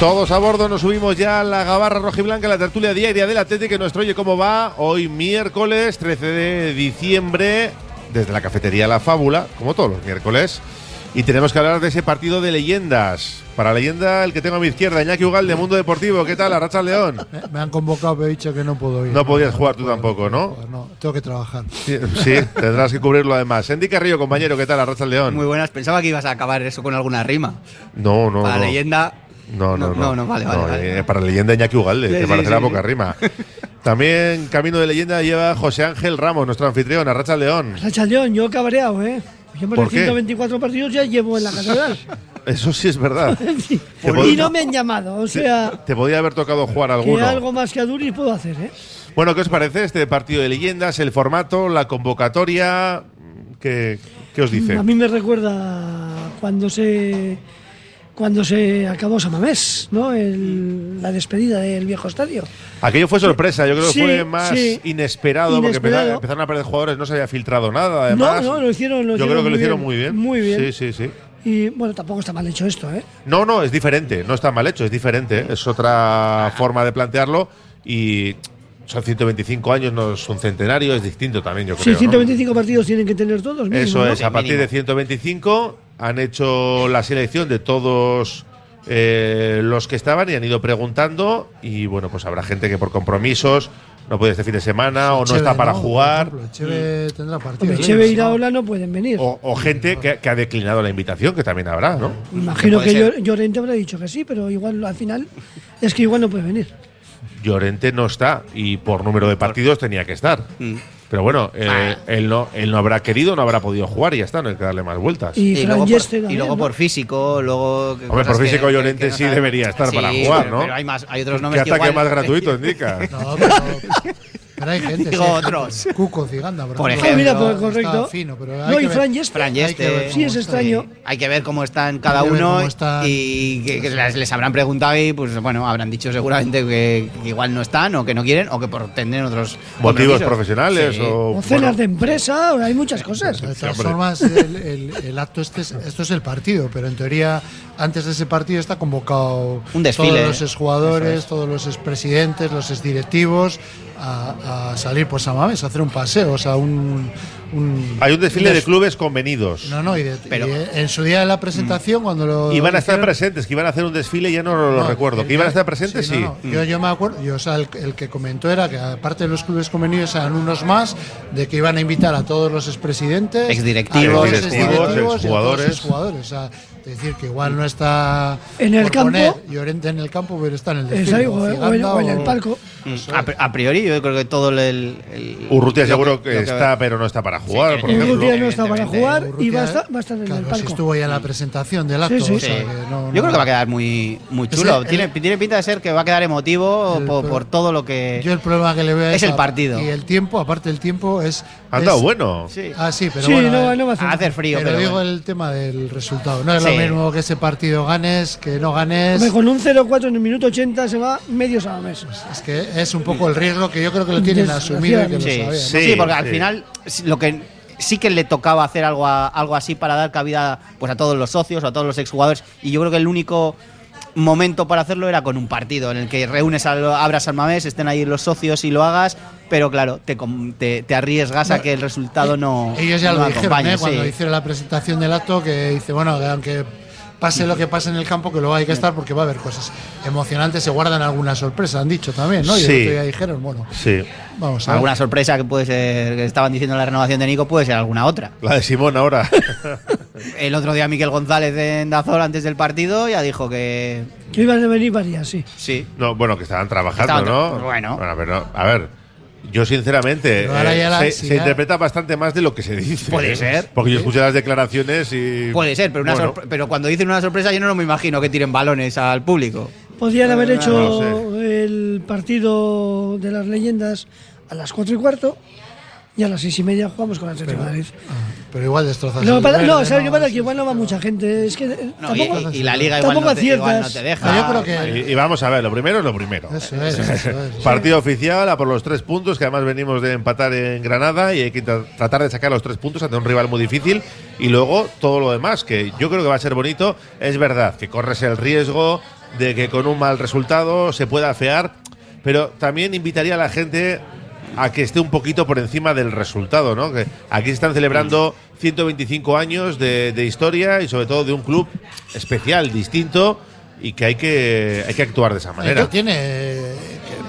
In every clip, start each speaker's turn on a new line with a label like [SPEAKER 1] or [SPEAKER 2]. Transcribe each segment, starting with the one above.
[SPEAKER 1] Todos a bordo, nos subimos ya a la gabarra rojiblanca, la tertulia diaria del Atleti que nuestro Oye Cómo Va, hoy miércoles 13 de diciembre, desde la cafetería La Fábula, como todos los miércoles, y tenemos que hablar de ese partido de leyendas. Para leyenda, el que tengo a mi izquierda, Iñaki Ugal de Mundo Deportivo, ¿qué tal? Arracha León.
[SPEAKER 2] Eh, Me han convocado, pero he dicho que no puedo ir.
[SPEAKER 1] No podías jugar tú
[SPEAKER 2] puedo,
[SPEAKER 1] tampoco,
[SPEAKER 2] puedo
[SPEAKER 1] ¿no?
[SPEAKER 2] jugar, No, tengo que trabajar.
[SPEAKER 1] Sí, sí, tendrás que cubrirlo además. Andy Carrillo, compañero, ¿qué tal? Arracha León.
[SPEAKER 3] Muy buenas, pensaba que ibas a acabar eso con alguna rima.
[SPEAKER 1] No, no,
[SPEAKER 3] Para
[SPEAKER 1] no.
[SPEAKER 3] leyenda.
[SPEAKER 1] No, no, no.
[SPEAKER 3] No, no, vale, vale, vale.
[SPEAKER 1] eh, Para leyenda Iñaki Ugalde,
[SPEAKER 3] Sí,
[SPEAKER 1] que
[SPEAKER 3] sí,
[SPEAKER 1] parecerá
[SPEAKER 3] sí,
[SPEAKER 1] poca
[SPEAKER 3] sí.
[SPEAKER 1] rima. También camino de leyenda lleva José Ángel Ramos, nuestro anfitrión, Arracha León.
[SPEAKER 4] Racha León, yo cabreado, ¿eh? Yo más
[SPEAKER 1] ¿Por
[SPEAKER 4] de
[SPEAKER 1] qué?
[SPEAKER 4] 124 partidos ya llevo en la catedral.
[SPEAKER 1] Eso sí es verdad.
[SPEAKER 4] y no me han llamado, o sea,
[SPEAKER 1] Te podía haber tocado jugar
[SPEAKER 4] que
[SPEAKER 1] alguno.
[SPEAKER 4] algo más que a Duris puedo hacer, ¿eh?
[SPEAKER 1] Bueno, ¿qué os parece este partido de leyendas, el formato, la convocatoria? ¿Qué, qué os dice?
[SPEAKER 4] A mí me recuerda cuando se cuando se acabó Samamés, ¿no? El- la despedida del viejo estadio.
[SPEAKER 1] Aquello fue sorpresa, yo creo que
[SPEAKER 4] Sí,
[SPEAKER 1] fue más
[SPEAKER 4] sí.
[SPEAKER 1] inesperado, porque
[SPEAKER 4] Inesperado.
[SPEAKER 1] empeza- empezaron a perder jugadores, no se había filtrado nada.
[SPEAKER 4] No,
[SPEAKER 1] Además,
[SPEAKER 4] no, lo hicieron- lo
[SPEAKER 1] yo creo
[SPEAKER 4] hicieron
[SPEAKER 1] que lo
[SPEAKER 4] muy
[SPEAKER 1] hicieron
[SPEAKER 4] bien.
[SPEAKER 1] muy bien.
[SPEAKER 4] Muy bien.
[SPEAKER 1] Sí, sí, sí.
[SPEAKER 4] Y bueno, tampoco está mal hecho esto, ¿eh?
[SPEAKER 1] No, no, es diferente, no está mal hecho, es diferente, ¿eh? es otra forma de plantearlo y son 125 años, no es un centenario, es distinto también, yo creo.
[SPEAKER 4] Sí,
[SPEAKER 1] ¿no?
[SPEAKER 4] 125 partidos tienen que tener todos. mínimo,
[SPEAKER 1] Eso
[SPEAKER 4] ¿no?
[SPEAKER 1] es, a partir de 125 han hecho la selección de todos eh, los que estaban y han ido preguntando y bueno, pues habrá gente que por compromisos no puede este fin de semana o no
[SPEAKER 2] Cheve,
[SPEAKER 1] está para
[SPEAKER 2] Por
[SPEAKER 1] jugar. Mm.
[SPEAKER 2] ejemplo, Cheve tendrá partido.
[SPEAKER 4] Hombre,
[SPEAKER 2] ¿no?
[SPEAKER 4] Cheve y
[SPEAKER 2] ¿no?
[SPEAKER 4] Iraola no pueden venir.
[SPEAKER 1] O, o gente que, que ha declinado la invitación, que también habrá, ¿no?
[SPEAKER 4] Imagino
[SPEAKER 3] Puede
[SPEAKER 4] que
[SPEAKER 3] ser.
[SPEAKER 4] Llor- Llorente habrá dicho que sí, pero igual al final es que igual no puede venir.
[SPEAKER 1] Llorente no está y por número de partidos tenía que estar.
[SPEAKER 3] Mm.
[SPEAKER 1] Pero bueno, eh, él, no, él no habrá querido, no habrá podido jugar y ya está, no hay que darle más vueltas.
[SPEAKER 4] Y, Fran
[SPEAKER 3] luego, por,
[SPEAKER 4] Yeste
[SPEAKER 3] y
[SPEAKER 4] también,
[SPEAKER 3] luego
[SPEAKER 4] ¿no?
[SPEAKER 3] por físico, luego. que
[SPEAKER 1] Hombre, por
[SPEAKER 3] cosas que-
[SPEAKER 1] físico
[SPEAKER 3] que-
[SPEAKER 1] Llorente
[SPEAKER 3] que no
[SPEAKER 1] sí
[SPEAKER 3] sabe.
[SPEAKER 1] debería estar
[SPEAKER 3] Sí,
[SPEAKER 1] para jugar,
[SPEAKER 3] pero-
[SPEAKER 1] ¿no?
[SPEAKER 3] Pero hay, más, hay otros
[SPEAKER 1] Qué
[SPEAKER 3] nombres que
[SPEAKER 1] ataque
[SPEAKER 3] igual-
[SPEAKER 1] más gratuito, indica.
[SPEAKER 2] No, pero, pero hay gente.
[SPEAKER 3] Digo
[SPEAKER 2] sí, hay
[SPEAKER 3] otros.
[SPEAKER 2] gente. Cuco, Ciganda, por
[SPEAKER 3] Por
[SPEAKER 2] ejemplo.
[SPEAKER 4] Ah,
[SPEAKER 3] ejemplo.
[SPEAKER 4] mira, pues,
[SPEAKER 2] Está
[SPEAKER 4] correcto.
[SPEAKER 2] fino, pero hay
[SPEAKER 4] no,
[SPEAKER 2] que
[SPEAKER 4] y
[SPEAKER 2] ver-
[SPEAKER 4] Fran Yeste.
[SPEAKER 3] Fran
[SPEAKER 2] hay que
[SPEAKER 3] Yeste.
[SPEAKER 2] ver
[SPEAKER 4] Sí, es
[SPEAKER 2] cómo está.
[SPEAKER 4] extraño.
[SPEAKER 3] Hay que ver cómo están cada
[SPEAKER 2] Hay que ver
[SPEAKER 3] uno
[SPEAKER 2] cómo están.
[SPEAKER 3] y que, que les, les habrán preguntado y pues bueno, habrán dicho seguramente que igual no están o que no quieren o que por tener otros
[SPEAKER 1] Motivos
[SPEAKER 3] compromisos.
[SPEAKER 1] profesionales
[SPEAKER 3] Sí.
[SPEAKER 1] o.
[SPEAKER 4] O cenas
[SPEAKER 1] bueno,
[SPEAKER 4] de empresa, hay muchas cosas.
[SPEAKER 2] De todas
[SPEAKER 1] hombre.
[SPEAKER 2] formas, el, el- el acto este es, esto es el partido, pero en teoría antes de ese partido está convocado
[SPEAKER 3] Un desfile. ¿eh?
[SPEAKER 2] todos los exjugadores,
[SPEAKER 3] Eso es.
[SPEAKER 2] todos los expresidentes, los exdirectivos a, a salir por Samames, a hacer un paseo, o sea, un, un-
[SPEAKER 1] Hay un desfile de
[SPEAKER 2] des-
[SPEAKER 1] clubes convenidos.
[SPEAKER 2] No, no, y, de-
[SPEAKER 3] Pero-
[SPEAKER 2] y en su día de la presentación cuando lo
[SPEAKER 1] Mm. Y van a estar
[SPEAKER 2] hicieron-
[SPEAKER 1] presentes, que iban a hacer un desfile, ya no lo
[SPEAKER 2] no,
[SPEAKER 1] recuerdo.
[SPEAKER 2] el
[SPEAKER 1] ¿Que iban a
[SPEAKER 2] día-
[SPEAKER 1] estar presentes? Sí.
[SPEAKER 2] no, no. Yo, yo me acuerdo, yo, o sea, el, el que comentó era que aparte de los clubes convenidos eran unos más, de que iban a invitar a todos los expresidentes,
[SPEAKER 3] Exdirectivos.
[SPEAKER 2] a todos los
[SPEAKER 1] Exdirectivos,
[SPEAKER 2] exdirectivos y a todos los
[SPEAKER 1] exjugadores.
[SPEAKER 2] exjugadores. O sea, es decir, que igual no está
[SPEAKER 4] En el
[SPEAKER 2] por
[SPEAKER 4] campo.
[SPEAKER 2] poner Llorente en el campo, pero está en el
[SPEAKER 4] Es
[SPEAKER 2] desfile,
[SPEAKER 4] algo,
[SPEAKER 2] o
[SPEAKER 4] eh, o, en,
[SPEAKER 2] Ciganda,
[SPEAKER 4] o en el
[SPEAKER 2] o-
[SPEAKER 4] palco.
[SPEAKER 3] A, pri- Mm. a priori, yo creo que todo el. el-
[SPEAKER 1] Urrutia
[SPEAKER 3] lo
[SPEAKER 1] seguro que,
[SPEAKER 3] lo
[SPEAKER 1] está, pero no está para jugar,
[SPEAKER 3] que-
[SPEAKER 1] por
[SPEAKER 3] que-
[SPEAKER 1] ejemplo.
[SPEAKER 4] Urrutia no está para
[SPEAKER 3] evidentemente,
[SPEAKER 4] jugar y va a
[SPEAKER 2] Urrutia,
[SPEAKER 4] estar, va a estar en
[SPEAKER 2] claro,
[SPEAKER 4] el
[SPEAKER 2] si
[SPEAKER 4] palco.
[SPEAKER 2] estuvo ya en la presentación del acto.
[SPEAKER 4] Sí, sí.
[SPEAKER 2] o
[SPEAKER 3] Sí.
[SPEAKER 2] sea, que no-
[SPEAKER 3] yo creo que
[SPEAKER 2] no-
[SPEAKER 3] va a quedar muy, muy
[SPEAKER 2] Es
[SPEAKER 3] chulo.
[SPEAKER 2] el-
[SPEAKER 3] tiene, tiene pinta de ser que va a quedar emotivo
[SPEAKER 2] El
[SPEAKER 3] por,
[SPEAKER 2] pro-
[SPEAKER 3] por todo lo que.
[SPEAKER 2] Yo el problema que le veo
[SPEAKER 3] Es el
[SPEAKER 2] a-
[SPEAKER 3] partido.
[SPEAKER 2] Y el tiempo, aparte del tiempo, es.
[SPEAKER 1] Han
[SPEAKER 2] es-
[SPEAKER 1] dado bueno.
[SPEAKER 3] Sí.
[SPEAKER 2] Ah, sí, pero
[SPEAKER 4] sí,
[SPEAKER 2] bueno.
[SPEAKER 4] no,
[SPEAKER 2] eh,
[SPEAKER 4] no va a hacer.
[SPEAKER 3] a hacer frío,
[SPEAKER 2] pero,
[SPEAKER 3] pero.
[SPEAKER 2] digo
[SPEAKER 3] bueno.
[SPEAKER 2] el tema del resultado. No es
[SPEAKER 3] Sí.
[SPEAKER 2] lo mismo que ese partido ganes, que no ganes.
[SPEAKER 4] Hombre, Con un 0-4 en el minuto 80 se va medio Samamés.
[SPEAKER 2] Es que es un poco el riesgo que yo creo que lo tienen asumido y que lo
[SPEAKER 3] Sí,
[SPEAKER 2] sabían. ¿no?
[SPEAKER 1] Sí,
[SPEAKER 3] sí, porque al
[SPEAKER 1] sí.
[SPEAKER 3] final sí, lo que sí que le tocaba hacer algo a- algo así para dar cabida pues a todos los socios, a todos los exjugadores y yo creo que el único momento para hacerlo era con un partido en el que reúnes a lo- abras al mamés, estén ahí los socios y lo hagas, pero claro, te com- te, te arriesgas a que el resultado no
[SPEAKER 2] Ellos ya
[SPEAKER 3] no
[SPEAKER 2] lo dijeron
[SPEAKER 3] acompañe,
[SPEAKER 2] ¿eh? cuando
[SPEAKER 3] sí.
[SPEAKER 2] hicieron la presentación del acto, que dice, bueno, que aunque pase lo que pase en el campo, que luego hay que estar porque va a haber cosas emocionantes, se guardan alguna sorpresa, han dicho también, ¿no? Y el
[SPEAKER 1] Sí.
[SPEAKER 2] otro día dijeron, bueno,
[SPEAKER 1] Sí.
[SPEAKER 2] vamos a ver.
[SPEAKER 3] alguna sorpresa que puede ser que estaban diciendo en la renovación de Nico puede ser alguna otra.
[SPEAKER 1] La de Simón ahora.
[SPEAKER 3] El otro día Miquel González en Dazor antes del partido ya dijo que
[SPEAKER 4] Que iban a venir varias, sí.
[SPEAKER 3] sí.
[SPEAKER 1] no, bueno, que estaban trabajando,
[SPEAKER 3] Estaban tra-
[SPEAKER 1] ¿no?
[SPEAKER 3] bueno.
[SPEAKER 1] a ver, no, a ver, Yo, sinceramente,
[SPEAKER 2] Pero ahora
[SPEAKER 1] eh,
[SPEAKER 2] ya la-
[SPEAKER 1] se,
[SPEAKER 2] si
[SPEAKER 1] se
[SPEAKER 2] ya-
[SPEAKER 1] interpreta bastante más de lo que se dice.
[SPEAKER 3] Puede
[SPEAKER 1] ¿eh?
[SPEAKER 3] ser.
[SPEAKER 1] Porque yo escuché las declaraciones y.
[SPEAKER 3] Puede ser, pero, una
[SPEAKER 1] Bueno.
[SPEAKER 3] sorpre- pero cuando dicen una sorpresa yo no me imagino que tiren balones al público.
[SPEAKER 4] Podrían haber hecho
[SPEAKER 1] no
[SPEAKER 4] el partido de las leyendas a las 4 y cuarto y a las 6 y media jugamos con el Atlético de Madrid.
[SPEAKER 2] Ah, Pero igual destrozas. el
[SPEAKER 4] Lo que pasa-
[SPEAKER 2] verde,
[SPEAKER 4] no, ¿sabes qué pasa?
[SPEAKER 2] Sí,
[SPEAKER 4] Que igual no va
[SPEAKER 2] pero-
[SPEAKER 4] mucha gente. Es que eh,
[SPEAKER 3] No, y,
[SPEAKER 4] tampoco.
[SPEAKER 3] y- y la liga igual no,
[SPEAKER 4] tampoco
[SPEAKER 3] te, igual no
[SPEAKER 4] aciertas.
[SPEAKER 3] te
[SPEAKER 2] Ah,
[SPEAKER 3] deja.
[SPEAKER 2] yo creo que.
[SPEAKER 1] Y, y vamos a ver, lo primero es lo primero.
[SPEAKER 2] Eso es, eso es, eso es.
[SPEAKER 1] Partido oficial a por los tres puntos, que además venimos de empatar en Granada y hay que tra- tratar de sacar los tres puntos ante un rival muy difícil. Y luego todo lo demás, que yo creo que va a ser bonito. Es verdad que corres el riesgo de que con un mal resultado se pueda afear, pero también invitaría a la gente a que esté un poquito por encima del resultado, ¿no? Que aquí se están celebrando 125 años de, de historia y sobre todo de un club especial, distinto y que hay que, hay que actuar de esa
[SPEAKER 2] Eh,
[SPEAKER 1] manera.
[SPEAKER 2] que tiene eh,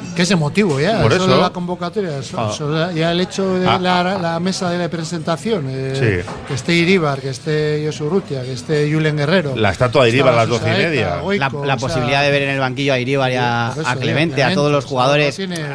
[SPEAKER 2] que, que ese motivo ya
[SPEAKER 1] Por
[SPEAKER 2] de
[SPEAKER 1] eso.
[SPEAKER 2] la convocatoria eso-
[SPEAKER 1] Ah.
[SPEAKER 2] eso ya el hecho de
[SPEAKER 1] Ah,
[SPEAKER 2] la,
[SPEAKER 1] ah,
[SPEAKER 2] la mesa de la presentación eh,
[SPEAKER 1] Sí.
[SPEAKER 2] que esté Iribar que esté Josu Urrutia que esté Julen Guerrero
[SPEAKER 1] La estatua de Iribar a las
[SPEAKER 2] estaba
[SPEAKER 1] doce y
[SPEAKER 2] Susaeta,
[SPEAKER 1] media.
[SPEAKER 2] Goico,
[SPEAKER 3] la, la
[SPEAKER 2] o sea,
[SPEAKER 3] posibilidad de ver en el banquillo a Iribar y a,
[SPEAKER 2] por
[SPEAKER 3] a
[SPEAKER 2] eso,
[SPEAKER 3] Clemente, a todos
[SPEAKER 2] o
[SPEAKER 3] los
[SPEAKER 2] sea,
[SPEAKER 3] jugadores.
[SPEAKER 2] no tiene-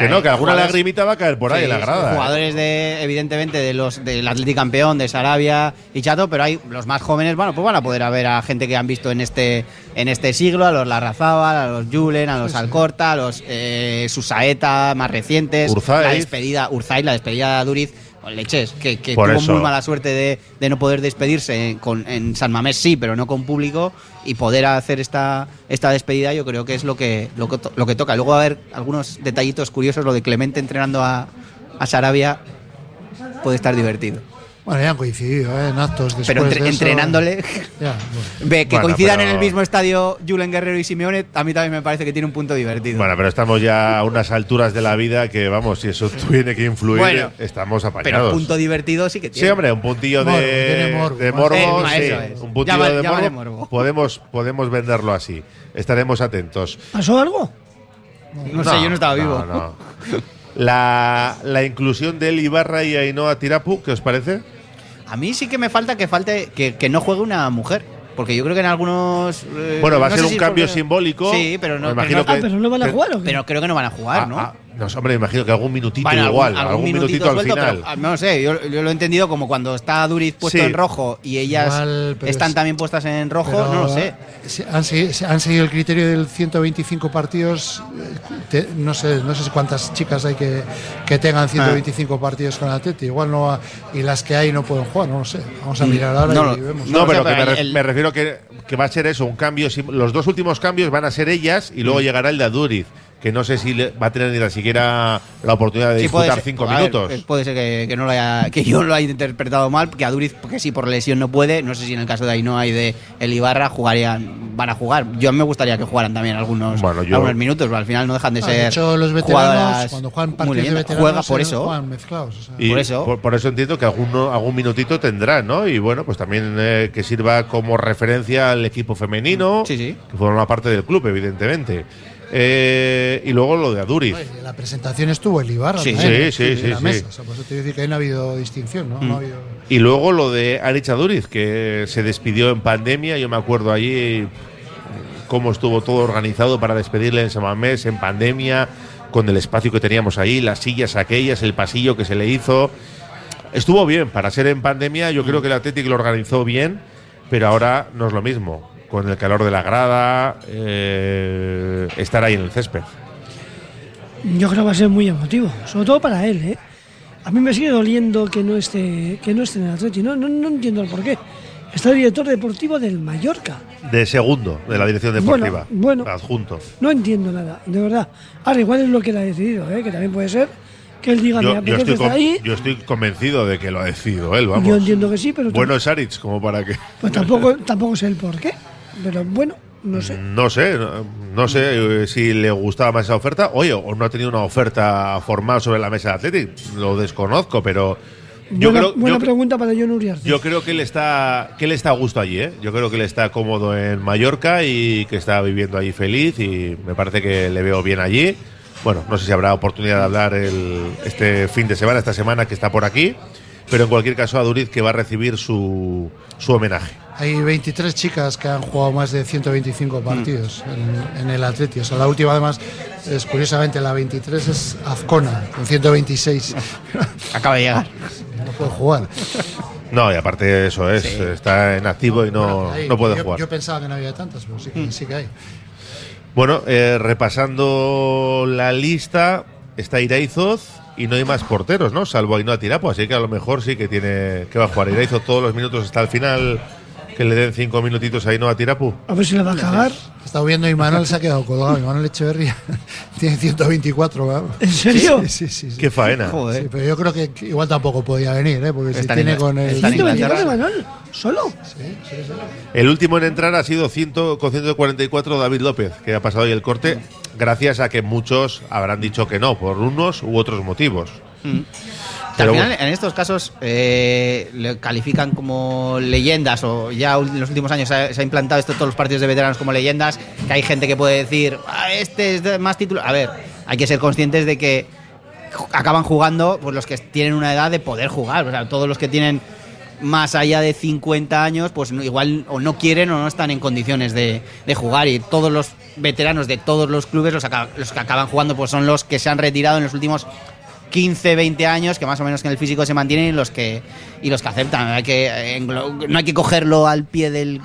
[SPEAKER 1] Que no, que alguna
[SPEAKER 3] Ah, Jugadores-
[SPEAKER 1] lagrimita va a caer por ahí
[SPEAKER 3] Sí,
[SPEAKER 1] en la
[SPEAKER 3] sí,
[SPEAKER 1] grada. ¿eh?
[SPEAKER 3] Jugadores de, evidentemente, de los del Atlético Campeón, de Sarabia y Chato, pero hay los más jóvenes, bueno, pues van a poder a ver a gente que han visto en este en este siglo, a los Larrazábal, a los Julen, a los Alcorta, a los eh, Susaeta más recientes,
[SPEAKER 1] Urzaiz.
[SPEAKER 3] la despedida, Urzaiz, la despedida de Duriz. con Leches, que, que
[SPEAKER 1] Por
[SPEAKER 3] tuvo
[SPEAKER 1] eso.
[SPEAKER 3] muy mala suerte de, de no poder despedirse en- con, en San Mamés, sí, pero no con público, y poder hacer esta, esta despedida, yo creo que es lo que, lo, que, to- lo que toca. Luego va a haber algunos detallitos curiosos, lo de Clemente entrenando a, a Sarabia puede estar divertido.
[SPEAKER 2] bueno ya han coincidido eh, en actos después
[SPEAKER 3] pero entre-
[SPEAKER 2] de eso.
[SPEAKER 3] entrenándole,
[SPEAKER 2] Ya, bueno.
[SPEAKER 3] ve que
[SPEAKER 1] Bueno,
[SPEAKER 3] coincidan
[SPEAKER 1] pero-
[SPEAKER 3] en el mismo estadio Julen Guerrero y Simeone, a mí también me parece que tiene un punto divertido.
[SPEAKER 1] Bueno, pero estamos ya a unas alturas de la vida que, vamos, si eso tiene que influir,
[SPEAKER 3] Bueno,
[SPEAKER 1] estamos
[SPEAKER 3] pero
[SPEAKER 1] apañados.
[SPEAKER 3] punto divertido sí que tiene.
[SPEAKER 1] Sí, hombre, un puntillo
[SPEAKER 2] Morbo,
[SPEAKER 1] de,
[SPEAKER 2] tiene morbo.
[SPEAKER 1] de morbo,
[SPEAKER 3] Sí,
[SPEAKER 1] sí,
[SPEAKER 3] eso es.
[SPEAKER 1] un puntillo
[SPEAKER 3] Llama-
[SPEAKER 1] de
[SPEAKER 3] llámale
[SPEAKER 1] morbo.
[SPEAKER 3] morbo.
[SPEAKER 1] Podemos, podemos venderlo así. Estaremos atentos.
[SPEAKER 4] ¿Pasó algo?
[SPEAKER 3] No, sé, yo no estaba vivo.
[SPEAKER 1] no. La, la inclusión de Eli Barra y Ainhoa Tirapu, ¿qué os parece?
[SPEAKER 3] A mí sí que me falta que falte que, que no juegue una mujer. Porque yo creo que en algunos. eh,
[SPEAKER 1] Bueno, va a
[SPEAKER 3] no
[SPEAKER 1] ser
[SPEAKER 3] sé
[SPEAKER 1] un
[SPEAKER 3] si
[SPEAKER 1] cambio
[SPEAKER 3] porque-
[SPEAKER 1] simbólico.
[SPEAKER 3] Sí, pero no.
[SPEAKER 1] Me imagino
[SPEAKER 3] pero,
[SPEAKER 4] Ah,
[SPEAKER 3] no-
[SPEAKER 1] que-
[SPEAKER 4] pero no van a
[SPEAKER 1] pero-
[SPEAKER 4] jugar o qué?
[SPEAKER 3] pero creo que no van a jugar,
[SPEAKER 1] Ah,
[SPEAKER 3] ¿no?
[SPEAKER 1] ah, no, hombre, me imagino que algún minutito
[SPEAKER 3] Bueno, algún-
[SPEAKER 1] igual, algún,
[SPEAKER 3] algún
[SPEAKER 1] minutito, al
[SPEAKER 3] suelto,
[SPEAKER 1] final.
[SPEAKER 3] pero, ah, no sé, yo, yo lo he entendido como cuando está Duriz puesto
[SPEAKER 1] Sí.
[SPEAKER 3] en rojo y ellas
[SPEAKER 2] Igual, pero
[SPEAKER 3] están
[SPEAKER 2] es-
[SPEAKER 3] también puestas en rojo,
[SPEAKER 2] Pero,
[SPEAKER 3] no lo sé.
[SPEAKER 2] se- Han, segui- se- han seguido el criterio del 125 partidos. eh, te- no sé no sé cuántas chicas hay que, que
[SPEAKER 3] Ah.
[SPEAKER 2] tengan 125 partidos con Atleti. Igual no. ha- y las que hay no pueden jugar, no lo sé. Vamos a mirar ahora
[SPEAKER 3] no
[SPEAKER 2] y
[SPEAKER 3] lo-
[SPEAKER 2] vemos.
[SPEAKER 3] Pues no
[SPEAKER 1] No,
[SPEAKER 3] o sea,
[SPEAKER 1] pero que me,
[SPEAKER 3] pero
[SPEAKER 1] re-
[SPEAKER 3] el-
[SPEAKER 1] me refiero que, que va a ser eso, un cambio. sim- Los dos últimos cambios van a ser ellas y luego
[SPEAKER 3] Mm.
[SPEAKER 1] llegará el de Aduriz, que no sé si le- va a tener ni tan siquiera la oportunidad de
[SPEAKER 3] Sí, puede
[SPEAKER 1] disputar
[SPEAKER 3] ser.
[SPEAKER 1] cinco
[SPEAKER 3] A ver,
[SPEAKER 1] minutos.
[SPEAKER 3] eh, puede ser que, que no lo haya, que yo lo haya interpretado mal, que a Duriz, que si por lesión no puede, no sé si en el caso de Ainhoa y de El Ibarra jugarían, van a jugar. Yo me gustaría que jugaran también algunos,
[SPEAKER 1] Bueno, yo-
[SPEAKER 3] algunos minutos, pero al final no dejan de
[SPEAKER 2] Ah,
[SPEAKER 3] ser.
[SPEAKER 2] de hecho, los
[SPEAKER 3] jugadoras
[SPEAKER 2] veteranos, cuando juegan
[SPEAKER 3] muy
[SPEAKER 2] partidos de
[SPEAKER 3] leyendas.
[SPEAKER 2] veteranos,
[SPEAKER 3] Juega por
[SPEAKER 2] eh,
[SPEAKER 3] eso.
[SPEAKER 2] juegan mezclados. o sea.
[SPEAKER 1] y
[SPEAKER 3] por eso.
[SPEAKER 1] Por, por eso entiendo que algún, algún minutito tendrá, ¿no? Y bueno, pues también eh, que sirva como referencia al equipo femenino,
[SPEAKER 3] Sí, sí.
[SPEAKER 1] que forma parte del club, evidentemente. Eh, y luego lo de Aduriz.
[SPEAKER 2] Oye, en la presentación estuvo el Ibarra.
[SPEAKER 3] Sí, Mm.
[SPEAKER 2] también, ¿eh?
[SPEAKER 1] sí,
[SPEAKER 2] en
[SPEAKER 1] sí,
[SPEAKER 2] la
[SPEAKER 1] sí,
[SPEAKER 2] mesa.
[SPEAKER 1] sí.
[SPEAKER 2] O sea, por eso te voy a decir que ahí no ha habido distinción. ¿no? No ha habido-
[SPEAKER 1] Y luego lo de Aricha Duriz, que se despidió en pandemia. Yo me acuerdo allí cómo estuvo todo organizado para despedirle en Samamés, en pandemia, con el espacio que teníamos ahí, las sillas aquellas, el pasillo que se le hizo. Estuvo bien, para ser en pandemia, yo creo que el Athletic lo organizó bien, pero ahora no es lo mismo. Con el calor de la grada, eh, estar ahí en el césped.
[SPEAKER 4] Yo creo que va a ser muy emotivo, sobre todo para él, ¿eh? A mí me sigue doliendo que no esté, que no esté en el Atleti, no, no, no entiendo el porqué. Está el director deportivo del Mallorca.
[SPEAKER 1] De segundo, de la dirección
[SPEAKER 4] Bueno,
[SPEAKER 1] deportiva,
[SPEAKER 4] bueno.
[SPEAKER 1] adjunto.
[SPEAKER 4] No entiendo nada, de verdad. Ahora, igual es lo que él ha decidido, ¿eh? que también puede ser que él diga, me
[SPEAKER 1] Yo, yo
[SPEAKER 4] apetece
[SPEAKER 1] estoy
[SPEAKER 4] estar
[SPEAKER 1] con-
[SPEAKER 4] ahí.
[SPEAKER 1] yo estoy convencido de que lo ha decidido él, vamos.
[SPEAKER 4] Yo entiendo que sí, pero tam-
[SPEAKER 1] Bueno, Saric, como para que.
[SPEAKER 4] pues tampoco, tampoco sé el porqué. Pero bueno, no sé.
[SPEAKER 1] No sé, no, no sé eh, si le gustaba más esa oferta. Oye, o no ha tenido una oferta formal sobre la mesa de Athletic. Lo desconozco, pero. Yo
[SPEAKER 4] buena
[SPEAKER 1] creo,
[SPEAKER 4] buena
[SPEAKER 1] yo,
[SPEAKER 4] pregunta para John Uriarte.
[SPEAKER 1] yo creo que él está que él está a gusto allí, ¿eh? Yo creo que él está cómodo en Mallorca y que está viviendo allí feliz y me parece que le veo bien allí. Bueno, no sé si habrá oportunidad de hablar el- este fin de semana, esta semana que está por aquí, pero en cualquier caso a Duriz que va a recibir su, su homenaje.
[SPEAKER 2] Hay 23 chicas que han jugado más de 125 partidos en, en el Atleti. O sea, la última, además, es curiosamente la 23 es Azcona, con 126.
[SPEAKER 3] Acaba de llegar.
[SPEAKER 2] no puede jugar.
[SPEAKER 1] No, y aparte eso es, está en activo y no,
[SPEAKER 2] Ahí,
[SPEAKER 1] no puede
[SPEAKER 2] yo-
[SPEAKER 1] jugar.
[SPEAKER 2] Yo pensaba que no había tantas, pero sí, que- sí que hay.
[SPEAKER 1] Bueno, eh, repasando la lista, está Iraizoz y no hay más porteros, ¿no? Salvo Ainhoa Tirapo, así que a lo mejor sí que tiene que va a jugar Iraizoz todos los minutos hasta el final, que le den cinco minutitos a Ainhoa Tirapu.
[SPEAKER 4] A ver si la va a cagar.
[SPEAKER 2] He estado viendo y Manuel se ha quedado colgado. Manuel Echeverría tiene 124. ¿verdad?
[SPEAKER 4] ¿En serio?
[SPEAKER 2] Sí, sí, sí. sí.
[SPEAKER 1] ¡Qué faena!
[SPEAKER 3] Joder.
[SPEAKER 2] Sí, pero yo creo que igual tampoco podía venir, ¿eh? porque si
[SPEAKER 3] Está en
[SPEAKER 2] tiene
[SPEAKER 3] Ingl-
[SPEAKER 2] con el.
[SPEAKER 3] está en Inglaterra.
[SPEAKER 4] 124 de Manuel, solo.
[SPEAKER 2] Sí, sí, sí.
[SPEAKER 1] El último en entrar ha sido 100, con 144 David López, que ha pasado hoy el corte, gracias a que muchos habrán dicho que no, por unos u otros motivos.
[SPEAKER 3] Mm. Al
[SPEAKER 1] Pero
[SPEAKER 3] final,
[SPEAKER 1] bueno.
[SPEAKER 3] en estos casos, eh, le califican como leyendas, o ya ul- en los últimos años se ha, se ha implantado esto en todos los partidos de veteranos como leyendas, que hay gente que puede decir, "Ah, este es de más título. A ver, hay que ser conscientes de que ju- acaban jugando pues, los que tienen una edad de poder jugar, o sea, todos los que tienen más allá de 50 años, pues no- igual o no quieren o no están en condiciones de, de jugar y todos los veteranos de todos los clubes, los, aca- los que acaban jugando, pues son los que se han retirado en los últimos 15, 20 años, que más o menos que en el físico se mantienen y los que, y los que aceptan. Hay que, eh, englo- no hay que cogerlo al pie del.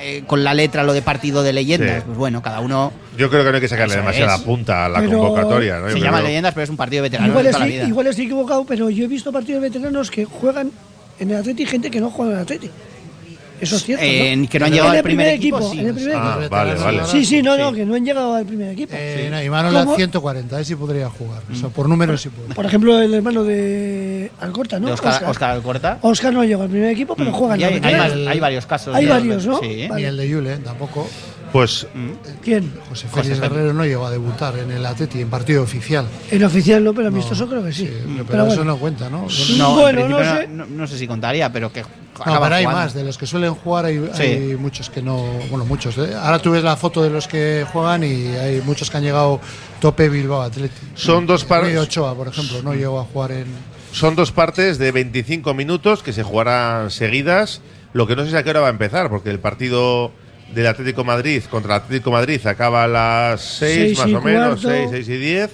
[SPEAKER 3] eh, con la letra lo de partido de leyendas.
[SPEAKER 1] Sí.
[SPEAKER 3] Pues bueno, cada uno.
[SPEAKER 1] Yo creo que no hay que sacarle
[SPEAKER 3] Eso
[SPEAKER 1] demasiada
[SPEAKER 3] es.
[SPEAKER 1] punta a la
[SPEAKER 4] Pero
[SPEAKER 1] convocatoria. ¿no? Yo
[SPEAKER 3] se
[SPEAKER 1] creo-
[SPEAKER 3] llama leyendas, pero es un partido veterano
[SPEAKER 4] Igual
[SPEAKER 3] de toda
[SPEAKER 4] estoy,
[SPEAKER 3] la vida.
[SPEAKER 4] igual estoy equivocado, pero yo he visto partidos veteranos que juegan en el Atleti y gente que no juega en el Atleti. Eso es cierto.
[SPEAKER 3] Eh,
[SPEAKER 4] ¿no?
[SPEAKER 3] que no han
[SPEAKER 4] En
[SPEAKER 3] llegado
[SPEAKER 4] el
[SPEAKER 3] al primer equipo, sí.
[SPEAKER 4] en el primer
[SPEAKER 1] Ah,
[SPEAKER 4] equipo.
[SPEAKER 1] vale, vale.
[SPEAKER 4] Sí, sí, no, no, que no han llegado al primer equipo.
[SPEAKER 2] Eh, no, y Manuel
[SPEAKER 4] ¿Cómo?
[SPEAKER 2] a 140, ese sí podría jugar. O sea, por números sí puede.
[SPEAKER 4] Por ejemplo, el hermano de Alcorta, ¿no?
[SPEAKER 3] De Oscar, Oscar Alcorta.
[SPEAKER 4] Oscar no llegó al primer equipo, pero juega
[SPEAKER 3] Mm. Y
[SPEAKER 4] en la
[SPEAKER 3] hay, hay
[SPEAKER 4] veterana.
[SPEAKER 3] va- hay varios casos.
[SPEAKER 4] Hay
[SPEAKER 3] de-
[SPEAKER 4] varios, ¿no?
[SPEAKER 3] Sí.
[SPEAKER 4] Vale.
[SPEAKER 2] Ni el de Yule, ¿eh? tampoco.
[SPEAKER 1] Pues
[SPEAKER 4] ¿Quién?
[SPEAKER 2] José Félix Guerrero no llegó a debutar en el Atleti en partido oficial.
[SPEAKER 4] El oficial no, pero amistoso creo que sí.
[SPEAKER 2] Eh,
[SPEAKER 4] Mm. Pero
[SPEAKER 2] pero eso
[SPEAKER 4] bueno.
[SPEAKER 2] no cuenta, ¿no?
[SPEAKER 3] No, en
[SPEAKER 4] Bueno, no
[SPEAKER 3] principio no,
[SPEAKER 4] sé.
[SPEAKER 3] no- no sé si contaría, pero que.
[SPEAKER 2] No,
[SPEAKER 3] acaba
[SPEAKER 2] pero hay
[SPEAKER 3] jugando.
[SPEAKER 2] más, de los que suelen jugar hay,
[SPEAKER 3] Sí.
[SPEAKER 2] hay muchos que no, bueno, muchos. ¿eh? Ahora tú ves la foto de los que juegan y hay muchos que han llegado tope Bilbao Atleti.
[SPEAKER 1] Son dos par-
[SPEAKER 2] Rui Ochoa, por ejemplo, no llegó a jugar en
[SPEAKER 1] son dos partes de 25 minutos que se jugarán seguidas. Lo que no sé es a qué hora va a empezar, porque el partido del Atlético Madrid contra el Atlético Madrid acaba a las 6
[SPEAKER 4] Seis
[SPEAKER 1] más
[SPEAKER 4] y
[SPEAKER 1] o menos,
[SPEAKER 4] cuarto.
[SPEAKER 1] 6, 6 y 10.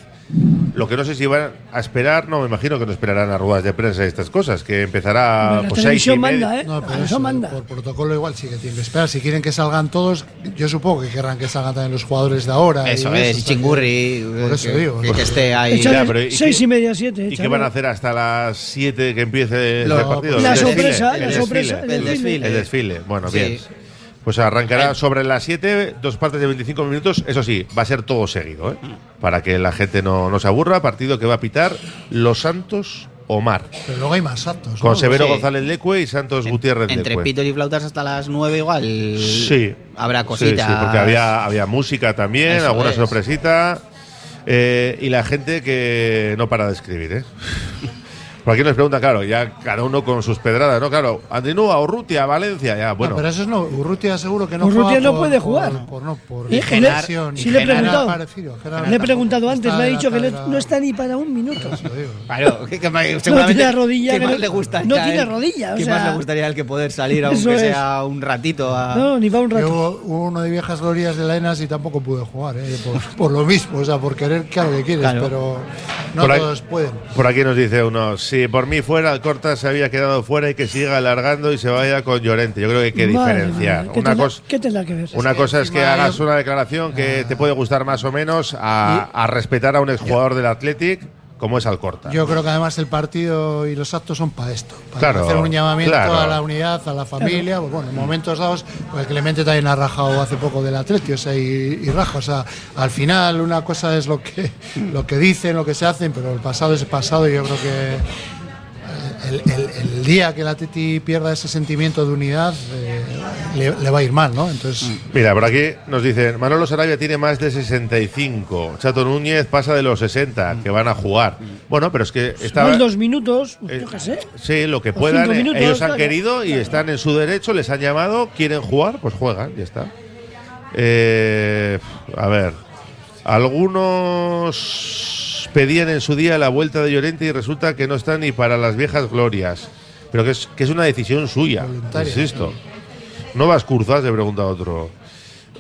[SPEAKER 1] Lo que no sé si van a esperar, no me imagino que no esperarán a ruedas de prensa y estas cosas, que empezará
[SPEAKER 4] la
[SPEAKER 1] pues, 6 y
[SPEAKER 4] televisión
[SPEAKER 1] media.
[SPEAKER 4] manda, ¿eh?
[SPEAKER 2] No, pero
[SPEAKER 4] eso,
[SPEAKER 2] eso,
[SPEAKER 4] manda.
[SPEAKER 2] por protocolo igual sí que tienen que esperar. Si quieren que salgan todos, yo supongo que querrán que salgan también los jugadores de ahora.
[SPEAKER 3] Eso
[SPEAKER 2] y
[SPEAKER 3] es, y
[SPEAKER 2] o sea,
[SPEAKER 3] Chingurri. eh,
[SPEAKER 2] Por eso
[SPEAKER 3] que,
[SPEAKER 2] digo.
[SPEAKER 3] que- que esté ahí.
[SPEAKER 4] Échale
[SPEAKER 1] Ya, pero ¿y
[SPEAKER 4] seis
[SPEAKER 1] qué-
[SPEAKER 4] y media, siete.
[SPEAKER 1] ¿Y qué
[SPEAKER 4] échale.
[SPEAKER 1] van a hacer hasta las 7 que empiece
[SPEAKER 2] Lo-
[SPEAKER 1] el partido?
[SPEAKER 4] La
[SPEAKER 1] El desfile,
[SPEAKER 4] sorpresa,
[SPEAKER 1] el
[SPEAKER 4] la
[SPEAKER 1] desfile.
[SPEAKER 4] sorpresa, el
[SPEAKER 3] el
[SPEAKER 4] desfile.
[SPEAKER 3] desfile.
[SPEAKER 1] El desfile, bueno,
[SPEAKER 3] Sí.
[SPEAKER 1] bien. Pues arrancará
[SPEAKER 3] Ay.
[SPEAKER 1] sobre las 7, dos partes de 25 minutos. Eso sí, va a ser todo seguido, ¿eh? Para que la gente no, no se aburra. Partido que va a pitar Los Santos Omar.
[SPEAKER 2] Pero luego hay más actos. ¿no?
[SPEAKER 1] Con Severo
[SPEAKER 3] Sí.
[SPEAKER 1] González Lecue y Santos Gutiérrez
[SPEAKER 3] Entre
[SPEAKER 1] Lecue.
[SPEAKER 3] pitos y flautas hasta las 9 igual.
[SPEAKER 1] Sí.
[SPEAKER 3] Habrá
[SPEAKER 1] Sí, sí,
[SPEAKER 3] cositas.
[SPEAKER 1] porque había, había música también,
[SPEAKER 3] Eso
[SPEAKER 1] alguna
[SPEAKER 3] es.
[SPEAKER 1] sorpresita. eh, y la gente que no para de escribir, ¿eh? Por aquí nos pregunta, claro, ya cada uno con sus pedradas, ¿no? Claro, Andinúa, Urrutia, Valencia, ya,
[SPEAKER 2] No,
[SPEAKER 1] bueno.
[SPEAKER 2] Ah, pero eso no, Urrutia seguro que no
[SPEAKER 4] Urrutia
[SPEAKER 2] juega
[SPEAKER 4] no
[SPEAKER 2] por-
[SPEAKER 4] puede
[SPEAKER 2] por-
[SPEAKER 4] jugar.
[SPEAKER 2] Por, no, por
[SPEAKER 4] Y Gener-
[SPEAKER 2] lesión.
[SPEAKER 4] sí le he
[SPEAKER 2] Genar
[SPEAKER 4] preguntado.
[SPEAKER 2] parecido, Genar
[SPEAKER 4] Le he
[SPEAKER 2] tampoco.
[SPEAKER 4] preguntado antes,
[SPEAKER 2] Está
[SPEAKER 4] me ha
[SPEAKER 2] de la
[SPEAKER 4] dicho que no-
[SPEAKER 2] tabla-
[SPEAKER 4] no está ni para un minuto.
[SPEAKER 2] Eso digo.
[SPEAKER 3] Claro, que, que me- seguramente.
[SPEAKER 4] No tiene rodilla.
[SPEAKER 3] ¿Qué
[SPEAKER 4] que
[SPEAKER 3] más
[SPEAKER 4] no-
[SPEAKER 3] le gusta
[SPEAKER 4] No
[SPEAKER 3] ya,
[SPEAKER 4] tiene
[SPEAKER 3] eh?
[SPEAKER 4] rodilla. o
[SPEAKER 3] ¿Qué
[SPEAKER 4] sea,
[SPEAKER 3] más le gustaría al que poder salir, aunque
[SPEAKER 4] Eso es.
[SPEAKER 3] sea un ratito? A...
[SPEAKER 4] No, ni va un
[SPEAKER 2] Yo
[SPEAKER 4] rato.
[SPEAKER 2] hubo- hubo uno de viejas glorias de la ENAS y tampoco pude jugar, ¿eh? por, por lo mismo, o sea, por querer, claro que quieres,
[SPEAKER 3] Claro.
[SPEAKER 2] pero no
[SPEAKER 1] Por ahí-
[SPEAKER 2] todos pueden.
[SPEAKER 1] Por aquí nos dice uno, si por mí fuera, Alcorta se había quedado fuera y que siga alargando y se vaya con Llorente. Yo creo que hay que
[SPEAKER 4] Madre
[SPEAKER 1] diferenciar.
[SPEAKER 4] mía, ¿qué
[SPEAKER 1] una
[SPEAKER 4] tendrá-
[SPEAKER 1] cosa,
[SPEAKER 4] ¿Qué tendrá Pues que ver?
[SPEAKER 1] una cosa es que
[SPEAKER 2] encima
[SPEAKER 1] hagas
[SPEAKER 2] yo-
[SPEAKER 1] una declaración que te puede gustar más o menos a, a respetar a un exjugador del Athletic como es Alcorta.
[SPEAKER 2] Yo creo que además el partido y los actos son para esto, para
[SPEAKER 1] Claro,
[SPEAKER 2] hacer un llamamiento
[SPEAKER 1] claro.
[SPEAKER 2] a la unidad, a la familia, pues bueno, en momentos dados, pues Clemente también ha rajado hace poco del Atleti, o sea, y, y raja, o sea, al final una cosa es lo que, lo que dicen, lo que se hacen, pero el pasado es pasado y yo creo que eh, el, el- el día que el Atleti pierda ese sentimiento de unidad eh, le, le va a ir mal, ¿no? Entonces...
[SPEAKER 1] Mira, por aquí nos dicen, Manolo Sarabia tiene más de 65, Chato Núñez pasa de los 60, que van a jugar. Bueno, pero es que estaba...
[SPEAKER 4] Van dos minutos,
[SPEAKER 1] eh,
[SPEAKER 4] Pues, yo qué sé.
[SPEAKER 1] Sí, lo que
[SPEAKER 4] O
[SPEAKER 1] puedan.
[SPEAKER 4] cinco
[SPEAKER 1] eh,
[SPEAKER 4] minutos,
[SPEAKER 1] ellos han
[SPEAKER 4] claro,
[SPEAKER 1] querido y
[SPEAKER 4] claro.
[SPEAKER 1] están en su derecho, les han llamado, quieren jugar, pues juegan, ya está. Eh, a ver, algunos pedían en su día la vuelta de Llorente y resulta que no está ni para las viejas glorias, pero que es, que es una decisión suya,
[SPEAKER 2] Voluntaria,
[SPEAKER 1] insisto. No vas curzas, le pregunta otro.